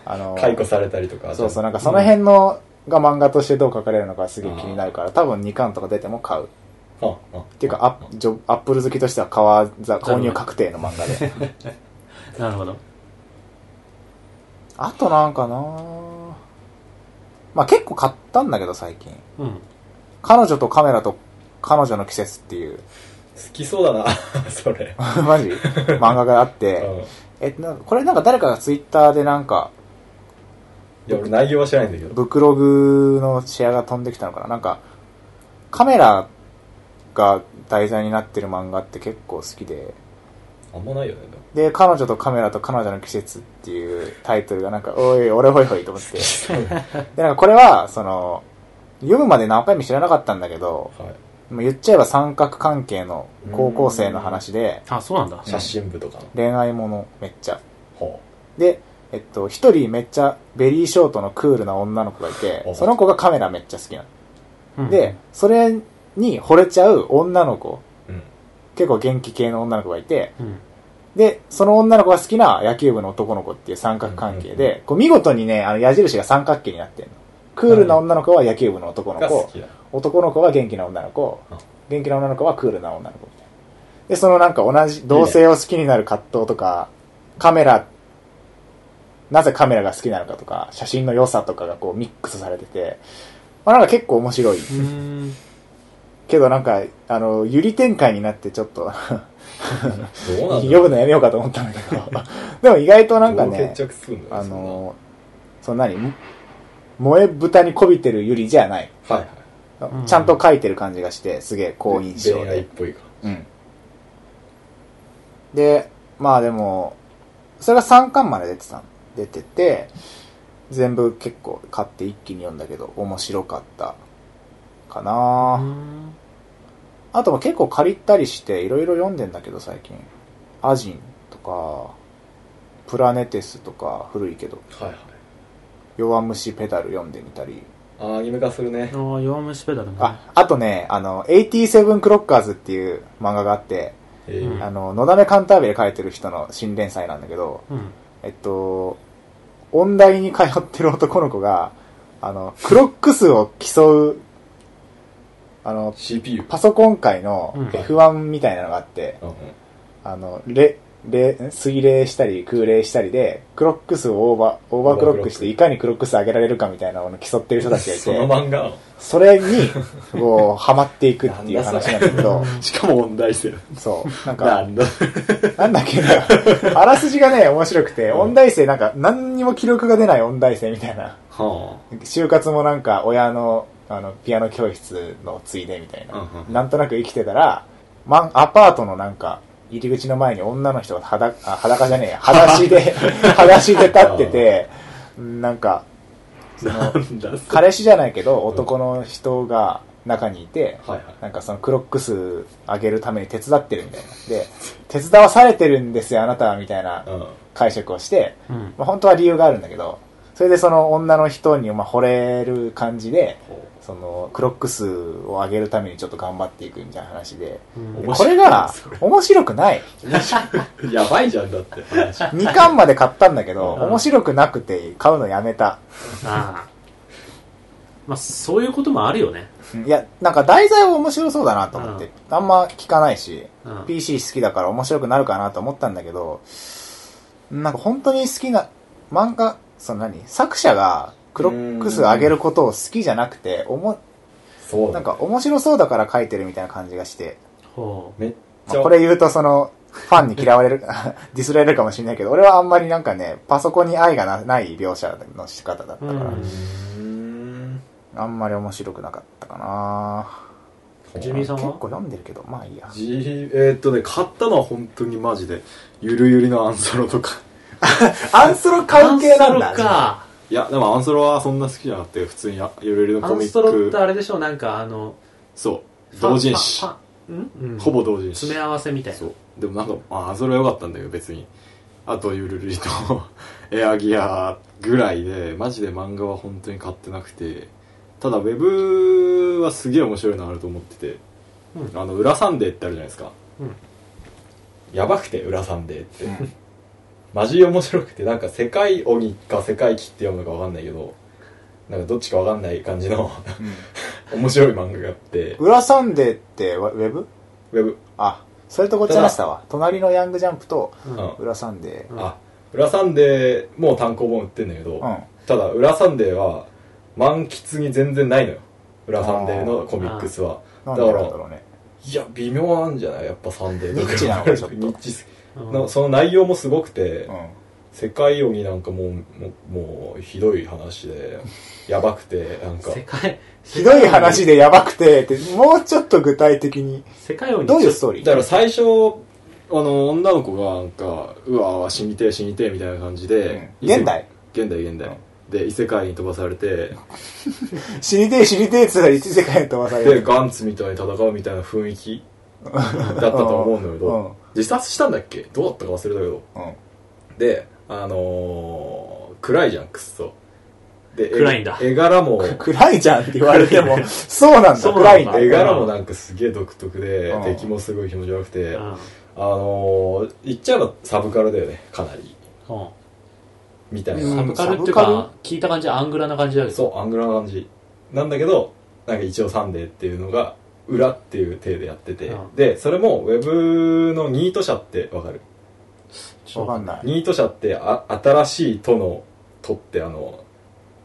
あの、
解雇されたりとか
そうそう、なんかその辺のが漫画としてどう書かれるのかすげえ気になるから、多分2巻とか出ても買う。っ
ああ
ていうか、アップジョアップル好きとしては買わざ、購入確定の漫画で。
なるほど。
あとなんかなぁまあ結構買ったんだけど最近。
うん。
彼女とカメラと彼女の季節っていう、
好きそうだな それ
マジ漫画があって、え、なんかこれなんか誰かがツイッターでなんか、
いや俺内容は知らないんだけど
ブクログのシェアが飛んできたのかななんか、カメラが題材になってる漫画って結構好きで、
あんまないよねでも
で、彼女とカメラと彼女の季節っていうタイトルがなんか、おい、俺ほいほいと思って。 で、なんかこれは、その、読むまで何回も知らなかったんだけど、
はい
まあ言っちゃえば三角関係の高校生の話で、
あ、そうなんだ。
写真部とかの
恋愛ものめっちゃ。
ほ
で、えっと、一人めっちゃベリーショートのクールな女の子がいて、
お
その子がカメラめっちゃ好きな
うん
の。で、、それに惚れちゃう女の子、
ううん
結構元気系の女の子がいて、
うん。
で、その女の子が好きな野球部の男の子っていう三角関係で、こう見事にね、あの矢印が三角形になってるの。クールな女の子は野球部の男の
が好
子、
きだ
男の子は元気な女の子
うん、
元気な女の子はクールな女の子みたいな。で、そのなんか同じ、同性を好きになる葛藤とか、カメラ、なぜカメラが好きなのかとか、写真の良さとかがこうミックスされてて、まあなんか結構面白い。
うーん。
けどなんか、あの、ゆり展開になってちょっと、
どうなんだ
呼ぶのやめようかと思ったんだけど。 でも意外となんか
どう
ね、
決着するんだよ
あ
そんな
の、その何萌え豚に媚びてるゆりじゃない。
はいはい
うん
ちゃんと書いてる感じがして、すげえ好印象
恋愛っ
で。
ぽいか
うん。で、まあでも、それが3巻まで出てた、出てて、全部結構買って一気に読んだけど、面白かった。か
う
なぁ
ん
あとも結構借りたりして、いろいろ読んでんだけど、最近。アジンとか、プラネテスとか、古いけど、
はいはい
弱虫ペダル読んでみたり。
あアニメ化するね
ああ、弱虫ペダルね。
あ、あとね、あの、87クロッカーズっていう漫画があって、
え
うん
ー
あの、のだめカンターベル書いてる人の新連載なんだけど、
うん。
えっと、音大に通ってる男の子が、あの、クロック数を競う、あの、
CPU
パソコン界の
うん
F1 みたいなのがあって、
うんうん
あの、れ、れ、ん水冷したり空冷したりで、クロック数をオーバー、オーバークロックして、いかにクロック数上げられるかみたいなのを競ってる人たちがい
その
て、
漫画
それに、こう、ハマっていくっていう話なんだけ ど、
しかも問題してる
そう、なん
な
か、
んだ
なんだっけな、あらすじがね、面白くて、音大生なんか、何にも記録が出ない音大生みたいな、
は
就活もなんか、親の、あの、ピアノ教室のついでみたいな、
あ
なんとなく生きてたら、マン、アパートのなんか、入り口の前に女の人が裸、あ、裸じゃねえや、裸足 で、裸足で立ってて、なんか、その、
なんだそれ
彼氏じゃないけど、男の人が、中にいて、
はいはい
なんかそのクロック数上げるために手伝ってるみたいな。で、手伝わされてるんですよ、あなたは、みたいな
うん
解釈をして、
うん
まあ、本当は理由があるんだけど、それでその女の人にまあ惚れる感じで、
こ
そのクロック数を上げるためにちょっと頑張っていくみたいな話で、
うん
でこれが面白く ない。
う やばいじゃんだって話
2巻まで買ったんだけど、
うん
面白くなくて買うのやめた。
ああまあそういうこともあるよね、
いや、なんか題材は面白そうだなと思って、
うん
あんま聞かないし、
うん、
PC 好きだから面白くなるかなと思ったんだけど、なんか本当に好きな、漫画、その何作者がクロック数上げることを好きじゃなくて、おも、
そう
な
だ
んか面白そうだから書いてるみたいな感じがして、
ほ
めっ
ま
ち
あ
ゃ
これ言うとその、ファンに嫌われる、 ディスられるかもしれないけど、俺はあんまりなんかね、パソコンに愛がなない描写の仕方だったから、
うん
うーん
あんまり面白くなかったかな
うジミーさん
結構
は
読んでるけど、まあいいや。
じえーっとね、買ったのは本当にマジで、ゆるゆりのアンソロとか。
アンソロ関係なん
アン
だ。
ソロか
いや、でもアンソロはそんな好きじゃなくて、普通にあゆるゆりの
ア
コ
ン
ミ
ストロっ
ッ
て
ク。
あれでしょなんかあの
そう。同人誌
ファ。ンファンファンん、うん、
ほぼ同人誌
詰。め合わせみたいな
そう。でもなんか、あ、アンソロは良かったんだけど、別に。あと、ゆるゆりと、 エアギアぐらいで、マジで漫画は本当に買ってなくて、ただ、ウェブはすげえ面白いのあると思ってて、
うん
あの、裏サンデーってあるじゃないですか。
うん
やばくて裏サンデーってマジ面白くてなんか世界鬼か世界鬼って読むのかわかんないけどなんかどっちかわかんない感 じの面白い漫画があって
裏サンデーってウェブ
ウェブ
あ、それとこっち話したわ。隣のヤングジャンプと
う
う
ん
ん
裏サンデ
うん
あ裏サンデーもう単行本売ってんだけど、
ー。うん。
ただ裏サンデーは満喫に全然ないのよ裏サンデーのコミックスは
な
だ
ん
か
で
ら
なんだろうね。
いや微妙なんじゃないやっぱサンデーとか
ニッチなのかちょっ と
ニッチす
うん
のその内容もすごくて、
うん。
世界鬼なんかもうもうもうひどい話 でやばくてなんか
世界
ひどい話でやばくて、って、もうちょっと具体的に。
世界を
どういうストーリ
だか
ー
ら最初
あの、女の子がなんか、うわうわ、死にてえ死にてえみたいな感じで、
うん現代
現代現代。で、異世界に飛ばされて、
死にてえ死にてえっつったら一世界に飛ばされ
で
る。
ガンツみたいに戦うみたいな雰囲気だったと思うんだけ
うん
ど自殺したんだっけどうだったか忘れたけど
うん。
であのー、暗いじゃんくっそで
暗いんだ
絵絵柄も
暗いじゃんって言われて も、そうなんだ、
そう
暗
なんだ
いんだ。
絵柄もなんかすげえ独特で
うん
敵もすごい気持ち悪くて
うん
あのー、言っちゃえばサブカルだよねかなり
うん
みたい
うん
な
サブカルってい
サ
う
ブカ
か聞いた感じアングラな感じだけど
そうアングラな感じなんだけどなんか一応「サンデー」っていうのが裏っていう体でやってて、
うん
でそれもウェブのニート社ってわかる
わかんない。
ニート社ってあ新しい都の都ってあの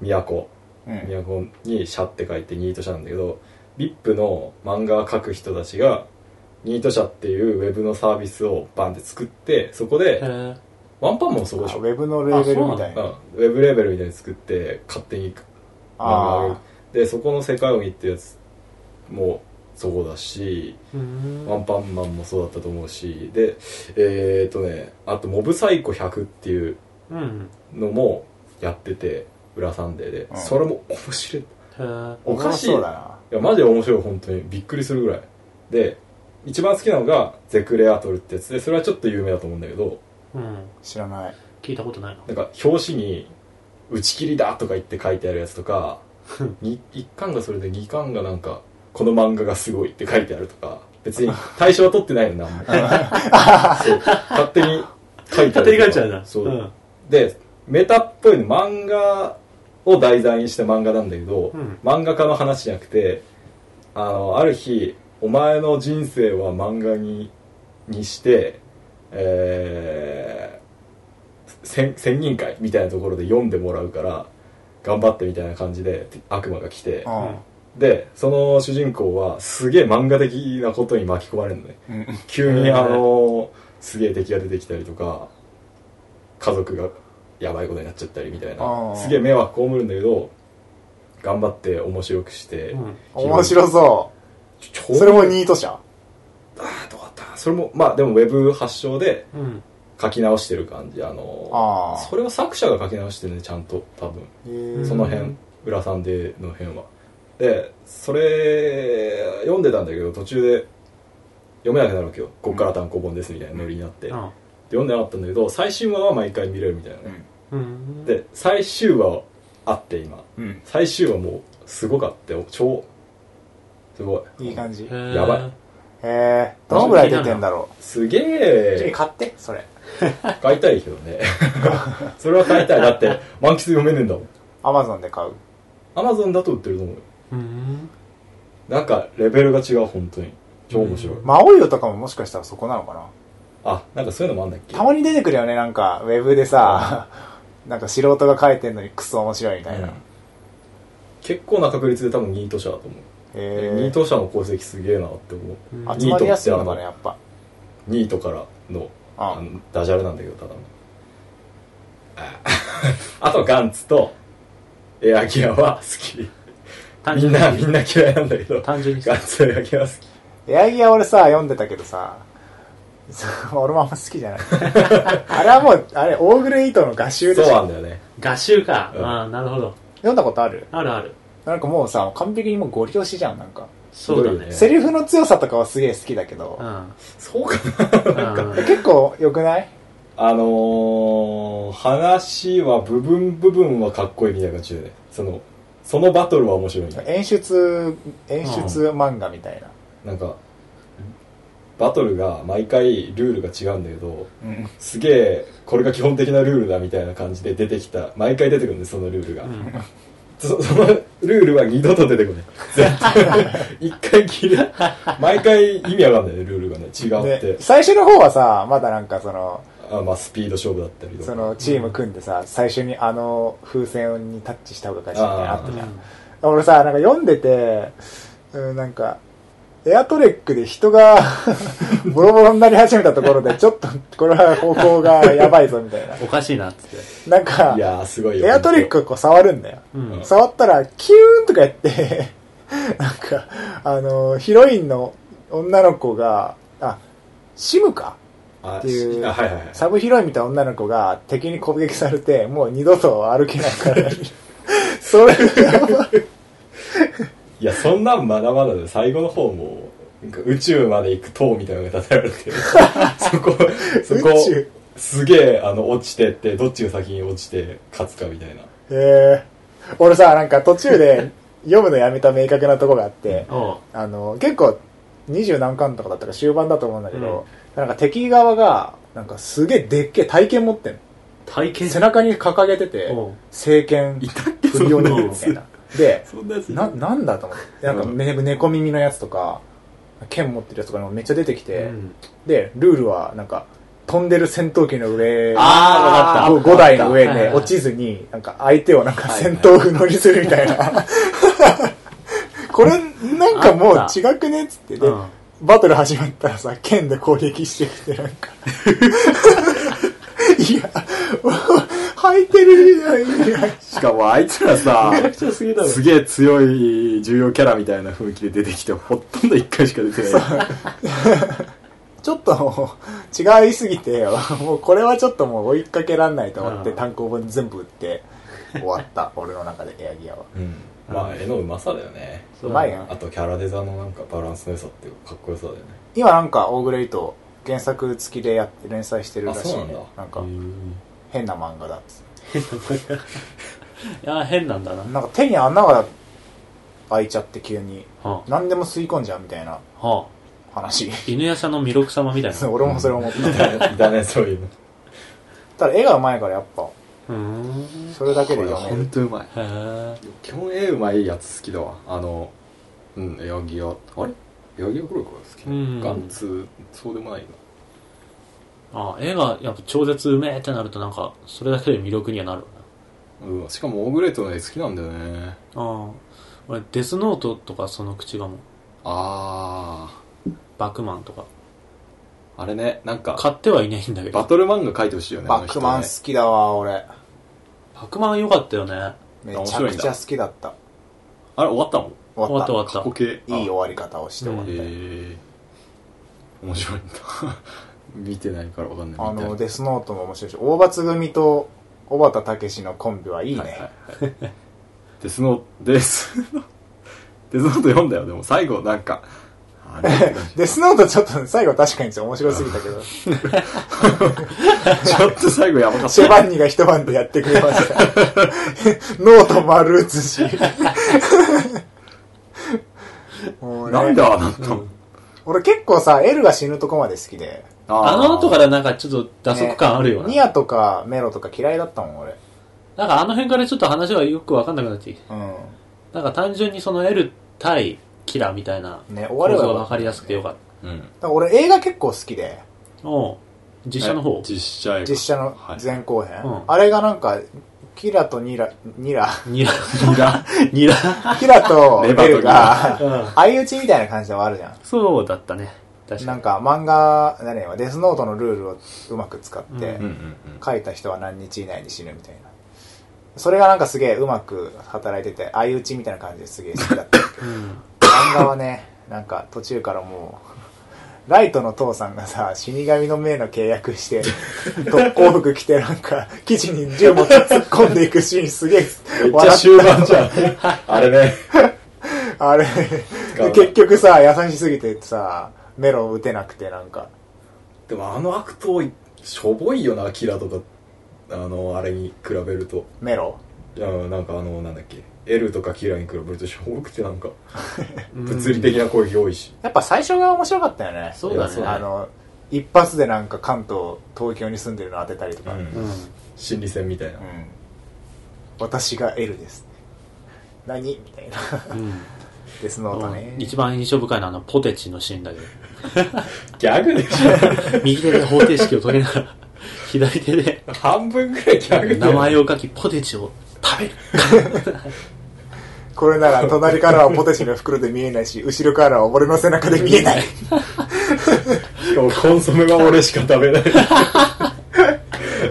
都
うん。
都に社って書いてニート社なんだけど VIP の漫画を描く人たちがニート社っていうウェブのサービスをバンって作ってそこ
へ
で
え
ワンパンもそ
あウ
こでしょ、うん、ウ
ェブのレーベルみたいな。
ェブレーベルみたいに作って勝手に
ああ。
でそこの世界鬼ってやつもそうだし、
うん
ワンパンマンもそうだったと思うしでえっ、ー、とねあと「モブサイコ100」っていう
うん
のもやってて「裏サンデーで」
うん
それも面白い
へえ
おかしいい
そう
や
だな。
マジで面白い本当にびっくりするぐらいで一番好きなのが「ゼクレアトル」ってやつでそれはちょっと有名だと思うんだけど
うん
知らない。
聞いたことないな
なんか表紙に「打ち切りだ!」とか言って書いてあるやつと か1巻がそれで2巻がなんか「この漫画がすごい」って書いてあるとか別に対象は取ってないのなん もそう勝手に書いてあるとか
勝手に書いちゃうな
そう、
うん
でメタっぽいの漫画を題材にした漫画なんだけど、
うん
漫画家の話じゃなくてあのある日お前の人生は漫画ににして、えー、せ専任会みたいなところで読んでもらうから頑張ってみたいな感じで悪魔が来て
う
でその主人公はすげえ漫画的なことに巻き込まれるのね
ん。うん。
急に
うん
あのすげえ敵が出てきたりとか家族がやばいことになっちゃったりみたい
あ
な
ー
すげえ迷惑被るんだけど頑張って面白くして、
うん
面白そ
ちょ
う。それも
ちょう
ニート社。
どあーどうだったそれもまあでもウェブ発祥で
うん
書き直してる感じあの
あー
それは作者が書き直してるねちゃんと多分
へー
その辺、
うん
裏さんでの辺はでそれ読んでたんだけど途中で読めなくなるわけよこっから単行本ですみたいなノリになって、で読んでなかったんだけど最新話は毎回見れるみたいなね、
うん。
で最終話あって今
うん。
最終話もうすごかったよ超すごい
いい感じ。へ
へー
やばい。
えどのぐらい出てんだろ
すげ
う。ちょい
え
買って、それ。
買いたいけど ねそれは買いたいだって満喫読めねえんだもん
アマゾンで買う。
アマゾンだと売ってると思うよ
うん。
なんかレベルが違う本当に超面白い、
魔王よとかももしかしたらそこなのかな
あなんかそういうのもあんだっけ
たまに出てくるよね、なんか、ウェブでさ、なんか素人が書いてんのにクソ面白いみたいな。
うん
へ
結構な確率で多分ニート社だと思う、ニー
え
ト社の功績すげえなって思う
あ
集まりやすいのかね、
ニー
やっぱ。
ニートからの
あ
あのダジャレなんだけどただのあ あとガンツとエアギアは好き
単
み
純
ん
に
なみんな嫌いなんだけど
単純に
ガンツとエアギアは好き
エアギア俺さ、読んでたけどさ、 そう俺もあんま好きじゃない。 あれはもう、あれ、オーグレイトの画集で
そう
しょ
なんだよね
画集か。
うん
ああ、なるほど。
読んだことある
あるある。
なんかもうさ、完璧にもうゴリ押しじゃん、なんか。
そうだ
すごいよ
ね
ね。
セリフの強さとかはすげえ好きだけど
う、ん。
そうかな
うん
え結構良くない
あのー、話は部分部分はかっこいいみたいな感じでねそのそのバトルは面白いんだよ
演出、演出漫画みたいな。
なんかバトルが毎回ルールが違うんだけど
うん。
すげえこれが基本的なルールだみたいな感じで出てきた毎回出てくるんでそのルールが、
うん
そそのルールは二度と出てこない絶対一回きり毎回意味わかんないねルールがね違って
で、最初の方はさ、まだなんかその、
あまあスピード勝負だったりとか
そのチーム組んでさ、最初にあの風船にタッチした方が勝ちみたいなのあったじゃん。俺さ、なんか読んでて、うん、なんか、エアトレックで人がボロボロになり始めたところで、ちょっとこれは方向がやばいぞみたいな。
おかしいなっつって。
なんか
い、やーすごいよ
エアトレックがこう触るんだよ。
うん。うん
触ったら、キューンとかやって、 なんか、あの、ヒロインの女の子が、あ、シムか
あ
っていう
あはいはいはい
サブヒロインみたいな女の子が敵に攻撃されて、もう二度と歩けないから、 それが、
いやそんなんまだまだで最後の方もなんか宇宙まで行く塔みたいなのが建てられ てそこそこ
宇宙。
すげえあの落ちてってどっちが先に落ちて勝つかみたいな
えー、俺さ、なんか途中で読むのやめた明確なとこがあって、
おう。
あの、結構、二十何巻とかだったら終盤だと思うんだけど、なんか敵側が、なんかすげえでっけえ体験持ってんの。
体験
背中に掲げてて
おう、
聖剣
いたっけ
振り降りるみたいな。で、
そんなやつ
な、なんだと思って。なんか、
うん
ね、猫耳のやつとか、剣持ってるやつとかもめっちゃ出てきて、
うん
で、ルールは、なんか、飛んでる戦闘機の上、
あーわかった
5台の上
はいはい
で
はい
落ちずに、なんか相手をなんか戦闘不能にするみたいな。 これ、なんかもう違くねっつって、で
う、ん
バトル始まったらさ、剣で攻撃してきて、なん か。いや、履いてるじゃない
しかもあいつら さ、
めちゃくちゃすぎだろ。
すげえ強い重要キャラみたいな雰囲気で出てきて、ほとんど一回しか出てない。
ちょっともう、違いすぎて、もうこれはちょっともう追いかけらんないと思って、
うん
単行本全部売って、終わった。俺の中でエアギアは。
うんまあ絵のうまさだよね
そうう
まいな。
あとキャラデザのなんかバランスの良さっていうかかっこよさだよね
今なんか、オーグレイト、原作付きでやって連載してるらしい、ね。
あそうなんだ
なんか、変な漫画だっつって
いや、変なんだな。
なんか手に穴が開いちゃって急に、
は
何でも吸い込んじゃうみたいな
あ、は
話。
あ、犬屋さんの弥勒様みたいな。
そう俺もそれ思っ
いたねいたねそういうの
た。ただ絵がうまいからやっぱ、
うーん。へ
それだけ
こ
で
れ
読
ほ
め
ん
る。
とうまい。
え。
基本絵うまいやつ好きだわ。あの、うん、エアギア。あれエアギアこれから好きな
うん
のガンツ、そうでもないな。
あ、絵がやっぱ超絶うめえってなるとなんか、それだけで魅力にはなるわ
うん、しかもオーグレートの絵好きなんだよね。
な。ああ。俺、デスノートとかその口がもう、
あ
バックマンとか。
ー、あれね、なんか、
買ってはいないんだけど。
バトル漫画書いてほしいよね、あ
バ
の
ッ
人
ク
ね
マン好きだわ、俺。
バックマン良かったよね。
めちゃくちゃ好きだった。
あれ終わったもん。
終
終わ
わっ
っ
たた。
終わ
過去
っ
形。
いい終わり方をして終わ
あ。
っ
へ
たよ。
えー、面白いんだ。 見てないからわかんない。
あ
見たい
の、デスノートも面白いし、大罰組と小畑武史のコンビはいいね。
はいはいはい、デスノデスノ デスノート読んだよ、でも最後なんか、あれって感じ
デスノートちょっと最後確かに面白すぎたけど、
ちょっと最後やばかっ
シェ
た。
バンニが一晩でやってくれま した。ノート丸写し。 もうね
なんでああなったの、
俺結構さ、エルが死ぬとこまで好きで。
あの後かららなんかちょっと打足感あるよ
ね
な。
ニアとかメロとか嫌いだったもん、俺。
なんかあの辺からちょっと話はよくわかんなくなってきて。
う
なんか単純にその L 対キラみたいな。
ん。ね、終わ
構
れば
造が
よ
わ
か
か
っ
りやすくてよかっ
うん。
た。だから俺映画結構好きで、
た。おう実写の方
え。実写映画
実写の
はい。
前後編。
うん
あれがなんか、キラとニラ、ニ ラ、
ニラ、ニラ、ニラ。
キラとエ
レバーと
ルが、
うん
相打ちみたいな感じでもあるじゃん。
そうだったね。確か
なん
に。
か漫画、何よ、デスノートのルールをうまく使って、
うんうんうん。
書いた人は何日以内に死ぬみたいな。それがなんかすげえうまく働いてて、相打ちみたいな感じですげえ好きだった。
うん。
漫画はね、なんか途中からもう、ライトの父さんがさ、死神の命の契約して、特攻服着てなんか、記事に銃持って突っ込んでいくシーンすげえ
めっちゃ
笑
終盤じゃん。あれね。
った。あれ、
使うな
結局さ、優しすぎてさ、メロ打てなくてなんか、
でもあの悪党、しょぼいよな、キラとか、あの、あれに比べると。
メロ
いや、なんかあの、なんだっけ。L とかキラに比べるとしょぼくてなんか、物理的な攻撃多いし。
やっぱ最初が面白かったよね。
そうだ
いやそう
ね。
あの、一発でなんか関東、東京に住んでるの当てたりとか。
うん
うん。
心理戦みたいな
う。ん私が L です何みたいな
うん
デスノートね
うん一番印象深いのはあの、ポテチのシーンだけど。
ギャグでしょ
右手で方程式を解きながら、 左手で
半分くらいギャグで。
名前を書き、ポテチを食べる。
これなら隣からはポテチの袋で見えないし後ろからは俺の背中で見え ない
しかもコンソメは俺しか食べない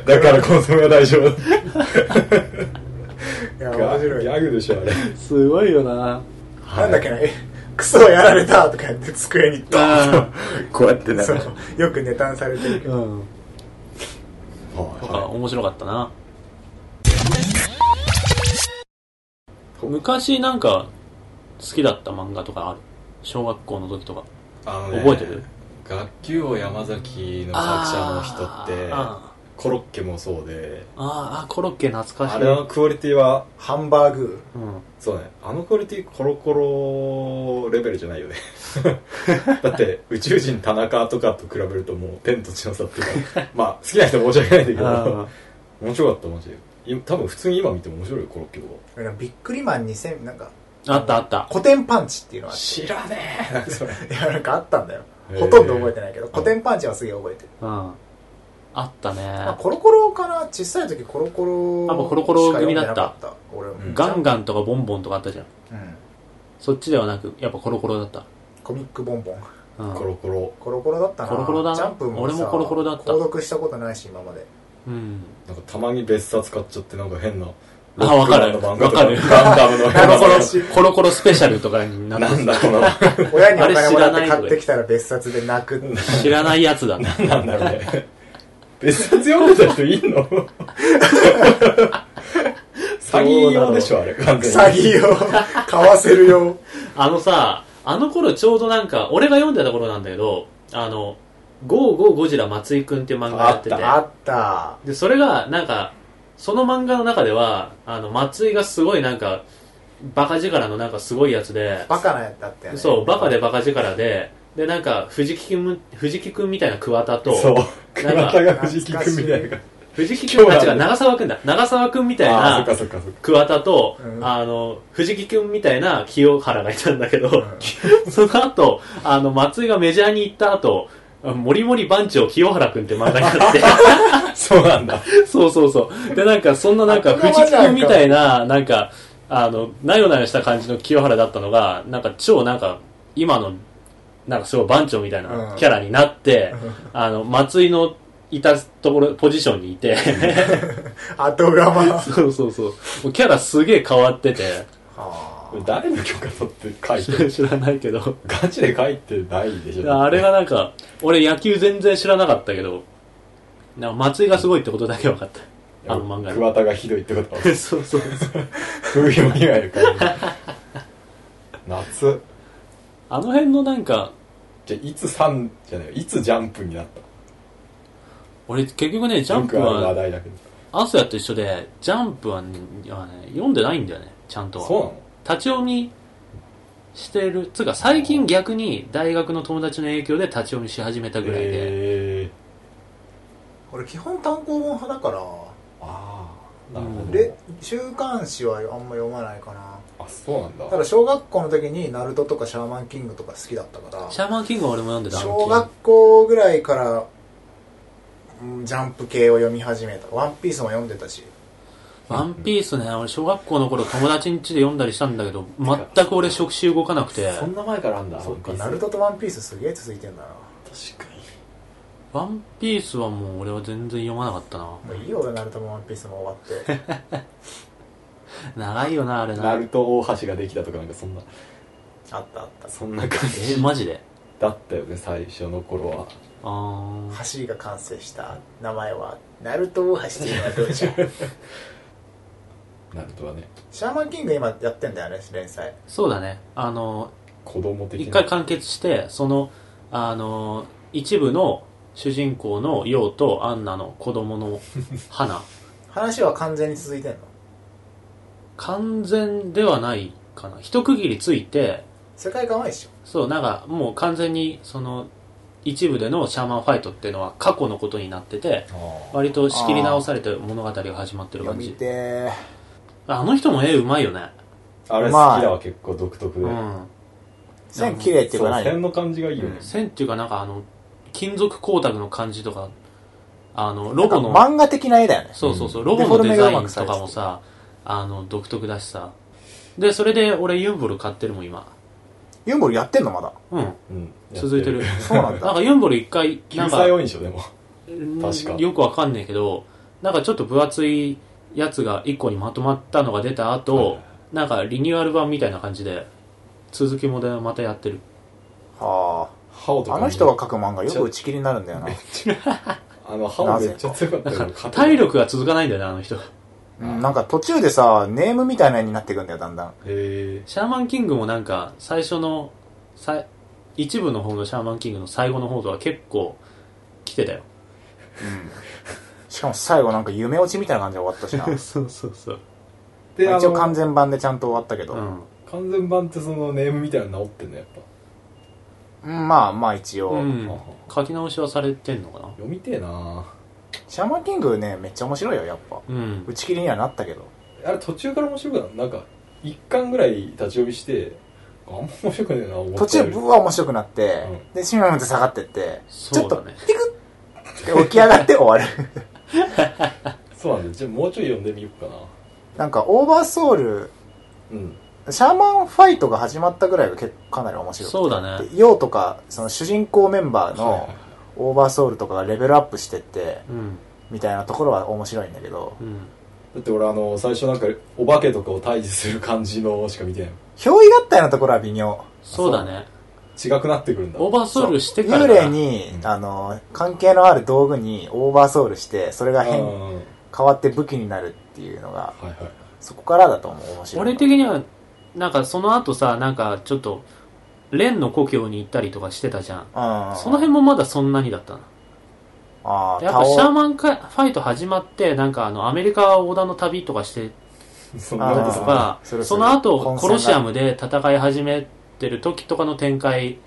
だからコンソメは大丈夫
いや
ギ
面白い
ャグでしょあれ
すごいよな
なんだっけなえクソやられたとかやって机にドーン
あ
こうやってね
と。そうよく妬談されてるけ
ー
ど
うん。とか、
は
面白かったな。昔なんか、好きだった漫画とかある小学校の時とか。
いあのね
覚えてる
学級王山崎の
あ
作者の人って
あ
コロッケもそうで
ーあー、コロッケ懐かし
あ
い。
れのクオリティは
ハンバーグ
うん。
そうねあのクオリティコロコロレベルじゃないよ ねだって宇宙人田中とかと比べるともう天と地の差っていうかまあ好きな人は申し訳ないんだけど
あ
面白かったマジで今多分普通に今見ても面白いよコロッケ王は
ビックリマン2000なんか
ーあったあった。
古典パンチっていうのは
知らねえなんかそれ
いやなんかあったんだよ
へー
ほとんど覚えてないけど古典パンチはすげえ覚えてる
うん。あったね。
まあコロコロかな小さい時コロコロ
あもうコロコロ組だった
しか読んでなかった俺も
うん
ガンガンとかボンボンとかあったじゃん。
うん
そっちではなく、やっぱコロコロだった。
コミックボンボン
うん。
コロコロ
コロコロだったな
コロコロだな
ジャンプもさ
俺もコロコロだった
購読したことないし今まで
うん。
なんかたまに別冊買っちゃってなんか変な
あわかる
ロックマンの漫画と
わかる
ガンダムの変な
コロ
漫
コロコロスペシャルとかにな
画
って
なんだこの
親にお金もら
あ
って
れ知らないの
買ってきたら別冊で泣くって
知らないやつだな。
なんだろうね別冊読んでた人いん の詐欺用でしょあれ完全に
詐欺を買わせる よ
あのさ、あの頃ちょうどなんか、俺が読んでた頃なんだけど、あの、ゴーゴーゴジラ松井くんっていう漫画やってて、
あった
で、それがなんか、その漫画の中では、あの、松井がすごいなんか、バカ力のなんかすごいやつで、
バカなやつだったよね
そう、バカでバカ力で、で、なんか、藤木くん、藤木くんみたいな桑田と、
そう
なん
倉
か
田が藤木君みたいな
藤木くん、あ、違う、長沢くんだ。長沢くんみたい
ああそっ、
な
かそっかそっか
桑田と、
うん
あの、藤木くんみたいな清原がいたんだけど、
う
その後、あの、松井がメジャーに行った後、もりもり番長清原くんって漫画にな って、
そうなんだ
そうそうそう。で、なんか、そんななんか、
あこれは
藤木くんみたいな、なんか、あの、なよなよした感じの清原だったのが、なんか、超なんか、今の、なんかすごい番長みたいな
うん
キャラにな って、あの、松井のいたところ、ポジションにいて、
ん後釜は
そうそうそう。もうキャラすげえ変わってて、
あ
誰の許可取って書いてる
知らないけど。
ガチで書いてないでしょ
あれがなんか、俺野球全然知らなかったけど、なんか松井がすごいってことだけ分かった。あの漫画 の。
桑田がひどいってことは
そうそうそう。
風評被害か夏
あの辺のなんか、
じゃあいつ3じゃないいつジャンプになった
俺結局ね、ジャンプ
よくある話
は、
題だけど
アスヤと一緒で、ジャンプはね、あのね読んでないんだよね、ちゃんとは。
そうなの
立ち読みしてる。つうか最近逆に大学の友達の影響で立ち読みし始めたぐらいで。
えー、
俺基本単行本派だから
ああなるほど、
で週刊誌はあんま読まないかな
あそうなんだ
ただ小学校の時にナルトとかシャーマンキングとか好きだったから
シャーマンキングは俺も読んでた。
小学校ぐらいからうんジャンプ系を読み始めた「ワンピースも読んでたし
ワンピースね、俺小学校の頃友達ん家で読んだりしたんだけど、全く俺触手動かなくて、
そんな前からあんだ
そっか
ワンピー
ナ
ス
ルトとワンピースすげえ続いてんだな
確かに
ワンピースはもう俺は全然読まなかったな。
もういいよ俺ナルトもワンピースも終わって
長いよな、あれ
ナ
な。
ルト大橋ができたとかなんかそんな
あったあった
そんな感
え、
じ
マジで
だったよね最初の頃は
あー。
橋が完成した名前はナルト大橋っていうのはどうで しょう
ナルトはね
シャーマンキング今やってんだよね連載
そうだね。あの、
子供的な
一回完結してそのあの一部の主人公の陽とアンナの子供の 花
話は完全に続いてんの
完全ではないかな一区切りついて
世界観は一緒
そうなんかもう完全にその一部でのシャーマンファイトっていうのは過去のことになってて
あ
割と仕切り直されて物語が始まってる
読
感
み
じ
てー
あの人も絵うまいよね
ああれ好きだわ結構独特で、
うん
線綺麗っていう
そ
か
う
何
線の感じがいいよね、
線っていうかなんかあの金属光沢の感じとかあのロボの
漫画的な絵だよね。
そうそうそう、
ん
ロボ
デフォ
の
ル
デ
メが
ザ
う
イ
ま
ン
くされ
と
て
か
て
もさ、あの、独特だしさ。で、それで俺ユンボル買ってるもん、今。
ユーモルやってんのまだ。
うん。
うん
続いてる。
そうなん
なん
だ。
かユンボル一回、な
救
んか、
済多いんでしょでも
うん
確か
よくわかんないけど、なんかちょっと分厚いやつが一個にまとまったのが出た後、なんかリニューアル版みたいな感じで、続きもでまたやってる。
は
ハオとか
あ。あ
ね
の人が描く漫画よく打ち切りになるんだよ な。
あのハオめっちゃ強かったけど勝てない
体力が続かないんだよね、あの人。
うんなんか途中でさ、ネームみたいな絵になってくんだよ、だんだん。
へ
シャーマンキングもなんか、最初の、さい一部の方のシャーマンキングの最後の方とは結構、来てたよ。
しかも最後なんか夢落ちみたいな感じで終わったしな。
そうそうそう。
え で
まあ
あ
一応
の
完全版でちゃんと終わったけど。
う
うん
ん。
完全版ってそのネームみたいなの直ってんのやっぱ、
まあまあ一応。
うん、書き直しはされてんのかな
読みてえな
シャーマンキングね、めっちゃ面白いよ、やっぱ。
うん
打ち切りにはなったけど。
あれ途中から面白くないなんか一巻ぐらい立ち読みしてあんま面白くねえな思った
途中、
より
ブワー面白くなって、
うん
で、シュンって下がってって、ちょ
そ
っ
う
と、
だね
ティクッって起き上がって終わる。
そうなんだじゃあもうちょい読んでみようかな
なんか、オーバーソウル、
うん
シャーマンファイトが始まったぐらいが結構かなり面白い。
そうだね
でヨウとか、その主人公メンバー
はいはい
のオーバーソウルとかがレベルアップしてって、
うん
みたいなところは面白いんだけど、
うん
だって俺あの最初なんかお化けとかを退治する感じのしか見てない
憑依合体のところは微妙。
そうだね
違くなってくるんだ
オーバーソウルしてから
幽霊に
う、ん
あの、関係のある道具にオーバーソウルして、それが
うん
変、
うんうん
変わって武器になるっていうのが、
はいはい
そこからだと思う、面白いの。
俺的にはなんかその後さなんかちょっと蓮の故郷に行ったりとかしてたじゃん
うん。
その辺もまだそんなにだったな
ああ、
やっぱシャー
ン。
マンかファイト始まってなんかあのアメリカ横断の旅とかして
そん
あ
なこ
ー
と
と
さ
か
するす
そ
る
の後
混
コ
戦が
ロシアムで戦い始めてる時とかの展開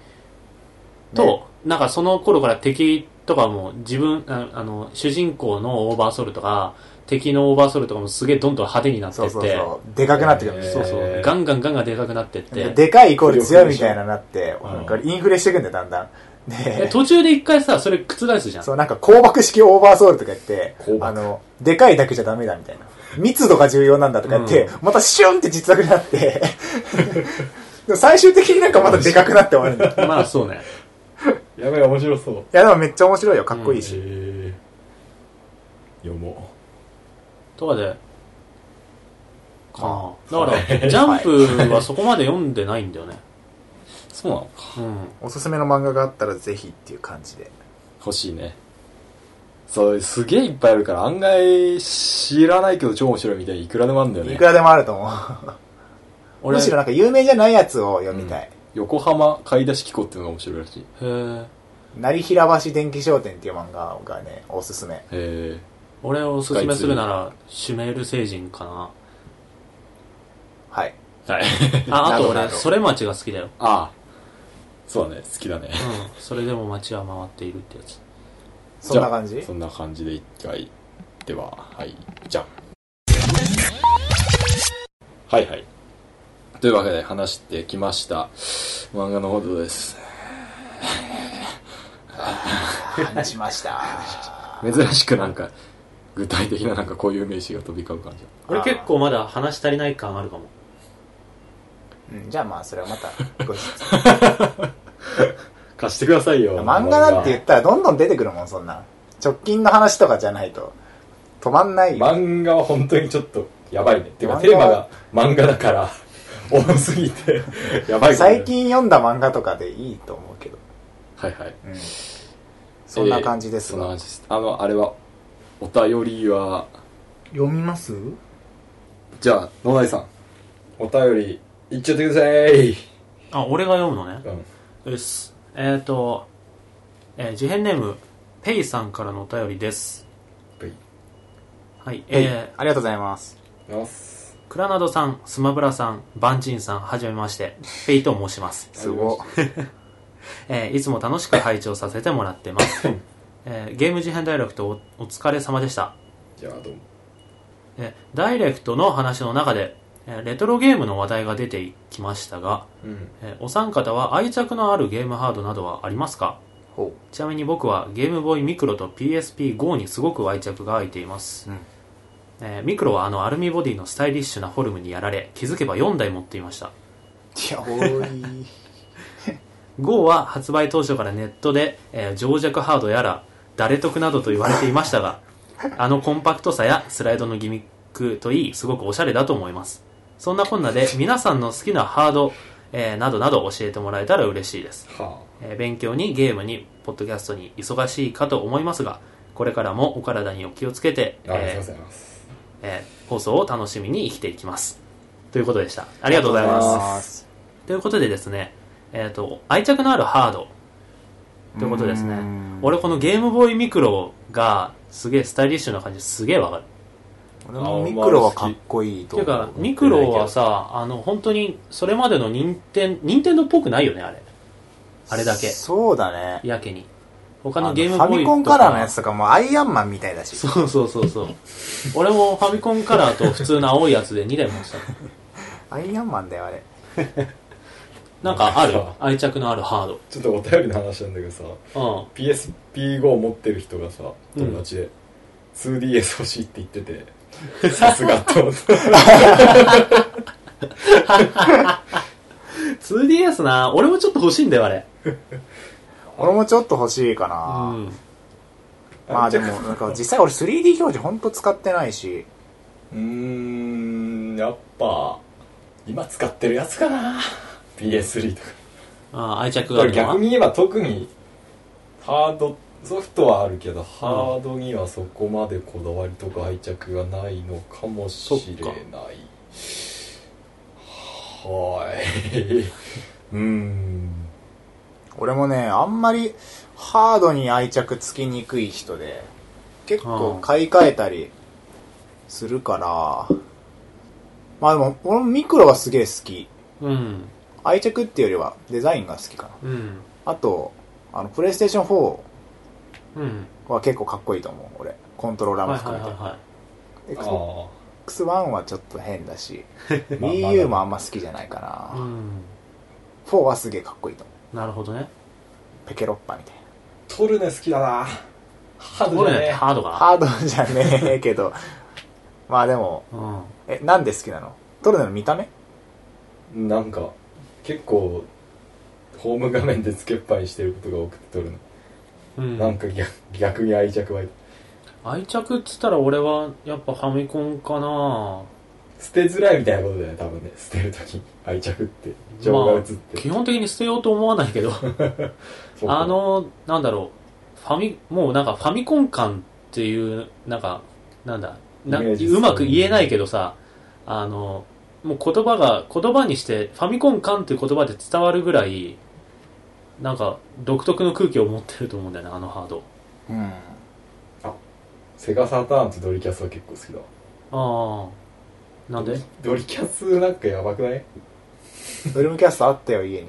と、
ね
なんかその頃から敵とかも自分ああの主人公のオーバーソウルとか敵のオーバーソウルとかもすげえどんどん派手になってっ
そう
て
そうそう。でかくなってくるんです
え
よ
ー
そうそうガンガンガンガンでかくなってって
ででかいイコール強いみたいななって、
ん
なんかインフレしていくんだよ、だんだん。
で
で、
途中で一回さそれ覆すじゃん
そう、なんか光爆式オーバーソウルとか言って
光、爆
あの、でかいだけじゃダメだみたいな。密度が重要なんだとか言って、またシュンって実力になって、でも最終的になんかまたでかくなって終わ るんだよ。い
まあそうね
やばい面白そう
や、でもめっちゃ面白いよ、かっこいいし。
へえ読も
とかでかなだからジャンプはそこまで読んでないんだよね、
うそうなのか
うん
おすすめの漫画があったらぜひっていう感じで。
欲しいね。そう、すげえいっぱいあるから、案外、知らないけど超面白いみたいにいくらでもあるんだよ
い
ね
く。らでもあると思う。むしろなんか有名じゃないやつを読みたい。
横浜買い出し機構っていうのが面白いらしい。へ
へ
成平橋電気商店っていう漫画がね、おすすめ。
え。
俺をおすすめするならシュメール星人か な
はい。
はい。
ああと
なる
俺
ほど
ソレマチが好きだよ
ああ。そうだね、好きだね。
うんそれでも街は回っているってやつ
そんな感じ
ゃあそんな感じで一回。では、はい。じゃん。はいはい。というわけで話してきました。漫画のことです。
話しました。
珍しくなんか、具体的ななんかこういう名詞が飛び交う感じだ。
俺結構まだ話し足りない感あるかも
うんじゃあまあ、それは また後日。
貸してくださいよ。
漫画なんて言ったらどんどん出てくるもん、そんなん。直近の話とかじゃないと、止まんないよ。
漫画は本当にちょっとやばいねてか
漫
テー
画
マ
は
が漫画だから 多すぎてやばいからね
最近読んだ漫画とかでいいと思うけど。
はいはい。
うんそんな感じです
そんな
が
感。じです。あの、あれは、お便りは、
読みます
じゃあ、野内さん。
お便りいっちゃってください、
あ俺が読むのね
うん、
うっすえっ、ー、と、えー、自編ネームペイさんからのお便りです
ペイ
はい
えい
え
ありがとうございます。
ます
ー、クラナドさんスマブラさんバンジンさんはじめましてペイと申します
すご。
えーいつも楽しく拝聴させてもらって ます、えーゲーム事変ダイレクトおお疲れ様でした、
じゃあどうも
えーダイレクトの話の中で、えーレトロゲームの話題が出てきましたが、
うん
えーお三方は愛着のあるゲームハードなどはありますか
ほ
ちなみに僕はゲームボーイミクロと PSP GO にすごく愛着が湧いています、
うん
えーミクロはあのアルミボディのスタイリッシュなフォルムにやられ気づけば4台持っていました
う。いや、多い。
GO は発売当初からネットで、えー情弱ハードやら誰得などと言われていまし たがあのコンパクトさやスライドのギミックといいすごくおしゃれだと思いますそんなこんなで皆さんの好きなハード、えーなどなど教えてもらえたら嬉しいです、
は
えー勉強にゲームにポッドキャストに忙しいかと思いますがこれからもお体にお気をつけて、
あありがとう
え
ご
ー
ざいます
えー放送を楽しみに生きていきますということでしたありがとうございます
す。
ということでですね、えっ、と、愛着のあるハード、ということですね
うーん。
俺このゲームボーイミクロが、すげえスタイリッシュな感じすげえわかる。
俺もミクロはかっこいい
て
と
い
思
う
う。
か、ミクロはさ、あの、本当に、それまでの任天、任天堂っぽくないよね、あれ。あれだけ。
そうだね。
やけに。
あ
他
の
のゲー
フ
ムボーイ
ァミコンカラーのやつとかもうアイアンマンみたいだし。
そうそうそうそう。俺もファミコンカラーと普通の青いやつで2台持ってた。
アイアンマンだよ、あれ。
なんかある愛着のあるハー
ちょっとお便りの話なんだけどさ
ド。
PSP5 を持ってる人がさ
うん
友達で、2DS 欲しいって言ってて さすがと思って
うん。2DS な、俺もちょっと欲しいんだよ、あれ。
俺もちょっと欲しいか
う
な。
ん。
まあでも、なんか実際俺 3D 表示ほんと使ってないし、
うーんやっぱ今使ってるやつかな PS3 とか
あー愛着があ
だから
るのは
逆に言えば特にハードソフトはあるけど、ハードにはそこまでこだわりとか愛着がないのかもしれないはー いうーん
俺もね、あんまりハードに愛着つきにくい人で、結構買い替えたりするから、まあでも、俺もミクロはすげえ好き。
うん。
愛着っていうよりはデザインが好きかな。
うん。
あと、あの、プレイステーション4
うん。
は結構かっこいいと思う、俺。コントローラーも含めて。
は
Xbox 1はちょっと変だし、
あ
Wii U もあんま好きじゃないかな。
うん。
4はすげえかっこいいと思
なるほどね。
う。ペケロッパみたいな。
トルネ好きだなハード
俺
じゃ
ね、
ね
ハードが。
ハードじゃねえけど。まあでも、
うん。
え、なんで好きなのトルネの見た目
えなんか結構ホーム画面でつけっぱにしてることが多くてトルネ、
うん、
なんか逆逆に愛着湧いて
愛着っつったら俺はやっぱファミコンかな
捨てづらいみたいなことだよね多分ね捨てるときに愛着って情が移って、
基本的に捨てようと思わないけど
そうか
あのなんだろうファミもうなんかファミコン感っていうなんかなんだな
イメージ
うまく言えないけどさあのもう言葉が、言葉にして、ファミコン感という言葉で伝わるぐらい、なんか、独特の空気を持ってると思うんだよね、あのハード。
うん。
セガサターンとドリキャスは結構好きだわ
ああ。なんで
ドリキャスなんかやばくない
ドリームキャストあったよ、家に。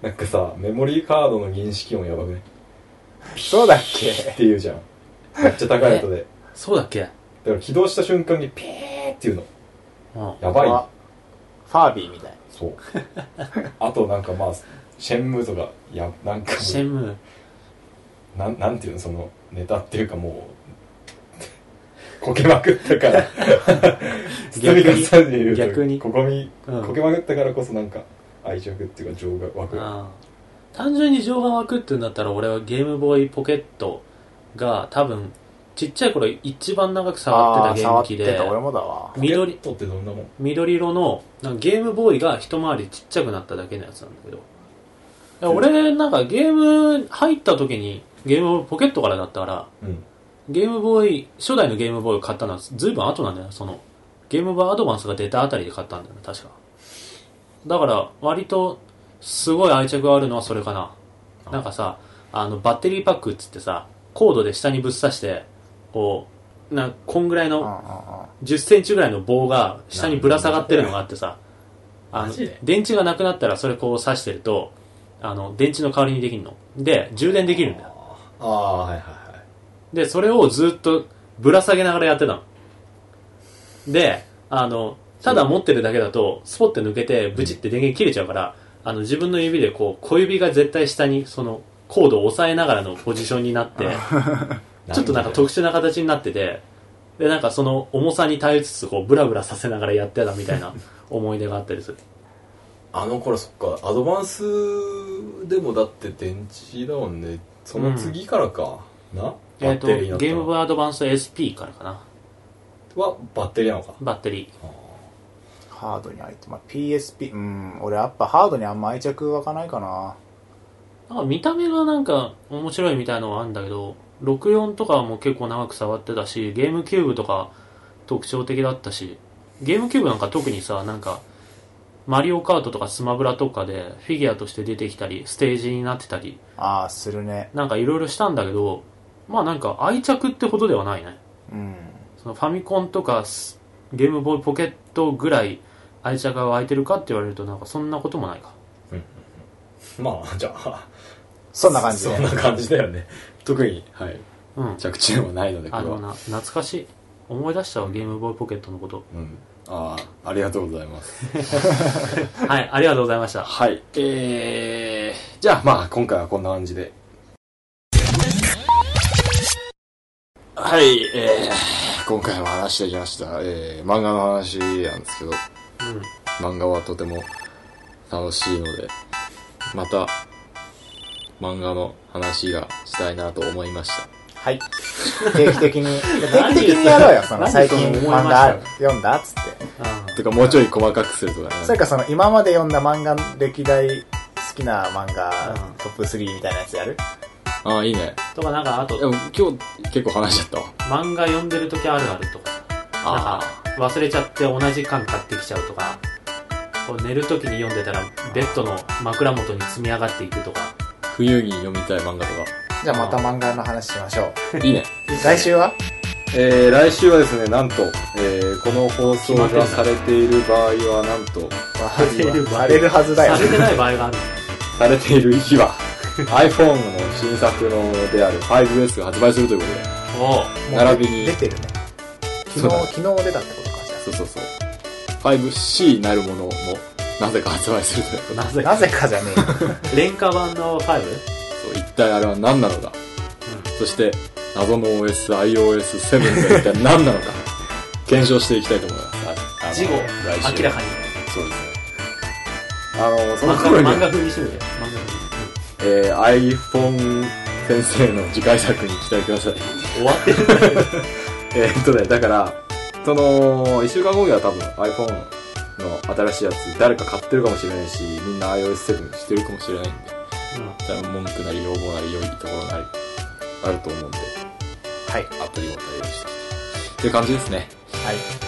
なんかさメモリーカードの認識音やばくない
そうだっ
っ
け
ていうじゃんめっちゃ高い音で
そうだっけ
だから起動した瞬間にピーっていうの
うん。
やばい
あファービーみたいな。
そうあとなんかまあシェンムーとかやなんかもう
シェンム
なんなんていうのそのネタっていうかもうこけまくったから
逆に
堤さんに言うと
逆に
ここみ
ー。うん
こけまくったからこそなんか愛着っていうか情が湧く
ああ単純に情が湧くって言うんだったら俺はゲームボーイポケットが多分ちっちゃい頃一番長く触ってたゲ
あ
ー
ー触
ム
っ
機
て
で
た、俺もだわ。
緑
ポケットってどんなもん
緑色のなんかゲームボーイが一回りちっちゃくなっただけのやつなんだけどいや俺なんかゲーム入った時にゲームボーイポケットからだったから
うん
ゲームボーイ初代のゲームボーイを買ったのはずいぶん後なんだよそのゲームボーイアドバンスが出たあたりで買ったんだよね確かだから割とすごい愛着があるのはそれかななんかさあのバッテリーパックっつってさコードで下にぶっ刺してこうなんこんぐらい
うんうん
の
うん。
1 0ンチぐらいの棒が下にぶら下がってるのがあってさあ
マ
の
ジで
電池がなくなったらそれこう刺してるとあの電池の代わりにできるので充電できるんだよ
ああはいはいはい
で、それをずっとぶら下げながらやってたの。で、あの、ただ持ってるだけだと、スポッて抜けて、ブチって電源切れちゃうから、あの、自分の指でこう、小指が絶対下に、その、コードを押さえながらのポジションになって、 ちょっとなんか特殊な形になってて、で、なんかその重さに耐えつつ、こう、ブラブラさせながらやってたみたいな思い出があったりする。
あの頃そっかアドバンスでもだって電池だもんねその次からか、な
え
バ
っ
ッ
と、
テリーになった
ゲーム
の
ボーイアドバンス SP からかな。
はバッテリーなのか
バッテリー。
ハードに入って、まあ、PSP、うん、俺やっぱハードにあんま愛着湧かないかな。
なんか見た目がなんか面白いみたいのはあるんだけど、64とかも結構長く触ってたし、ゲームキューブとか特徴的だったし、ゲームキューブなんか特にさ、なんか、マリオカートとかスマブラとかでフィギュアとして出てきたり、ステージになってたり、
ああ、するね。
なんかいろいろしたんだけど、まあなんか愛着ってほどではないね。
うん。
そのファミコンとかスゲームボーイポケットぐらい愛着が湧いてるかって言われるとなんかそんなこともないか。
まあじゃあ
そんな感じで
そん。な感じだよね特にはい
うん。
着地点はないのでこ
あ
れ
の
は
な、懐かしい。思い出したわ、ゲームボーイポケットのこと。
うんああありがとうございます
はい、ありがとうございました。
はいえー、じゃあまあ今回はこんな感じで
はい、えー、今回も話してきました、えー、漫画の話なんですけど、
うん。
漫画はとても楽しいので、また、漫画の話がしたいなと思いました。
はい。定期的に、定
何
期的にやろうよ、その
何
最近
その思いま
漫
した
画読んだっつって。
あ
とか、もうちょい細かくするとか
そ
ね。
れかその今まで読んだ漫画、歴代好きな漫画
うん、
トップ3みたいなやつやる
ああ、いいね。
とかなんか、あと
で、も今日結構話しちゃったわ。
漫画読んでる時あるあるとかさ、なん
あ
か、忘れちゃって同じ缶買ってきちゃうとか、こう寝る時に読んでたら、ベッドの枕元に積み上がっていくとか、
あ、冬に読みたい漫画と
じゃあまた漫画の話しましょう。
か。いいね。
来週は
えー、来週はですねなんと、えー、この放送
決ま
が
ってんだ
されている場合はなんと
されるされるはずだよ
さ。れてない場合がある。
されている 日は iPhone の新作のである 5S が発売するということで
おう
もう
並びに
出てるね。
そう
昨
だね
日、昨日出たってことか、じゃ
そうそうそう。5C なるものも、なぜか発売するということで
なぜ
あ。なぜかじゃねえよ。
廉価版の 5?
そう一体あれは何なのか。そして、謎の OS、iOS7 が一体何な のか。検証していきたいと思います。ああの
事後、
来週
明らかに。
そうですね。あの、その
漫
頃
画
には
漫画風にしてみて。漫画風
えー、iPhone 先生の次回作に期待ください。
に。終わってる。
えーっとね、だから、その、1週間後には多分 iPhone の新しいやつ、誰か買ってるかもしれないし、みんな iOS7 してるかもしれないんで、多分文句なり要望なり良いところなり、あると思うんで、
はい。
アプリも対応してきて。っていう感じですね。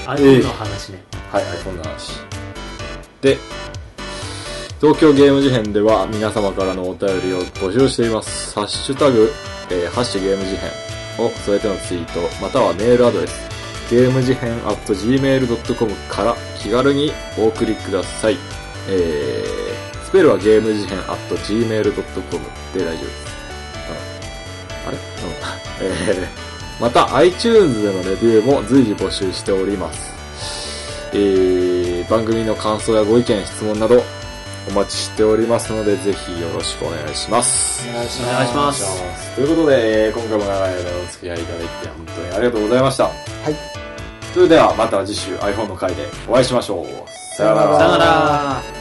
はい。
あれの話ね。
はい、iPhone の話。
で、東京ゲーム事変では皆様からのお便りを募集しています。ハッシュタグ、えーハッシュゲーム事変を添えてのツイート、またはメールアドレス、ゲーム事変 at gmail.com から気軽にお送りください。えー、スペルはゲーム事変 at gmail.com で大丈夫です。あれうん。えーまた iTunes でのレビューも随時募集しております、えー、番組の感想やご意見質問などお待ちしておりますのでぜひよろしくお願いします
お願いし
お願いし
ま
ます
ということで、えー今回も長い間お付き合いいただいて本当にありがとうございましたはいそれではまた次週 iPhone の回でお会いしましょうさようなら
さよう
ら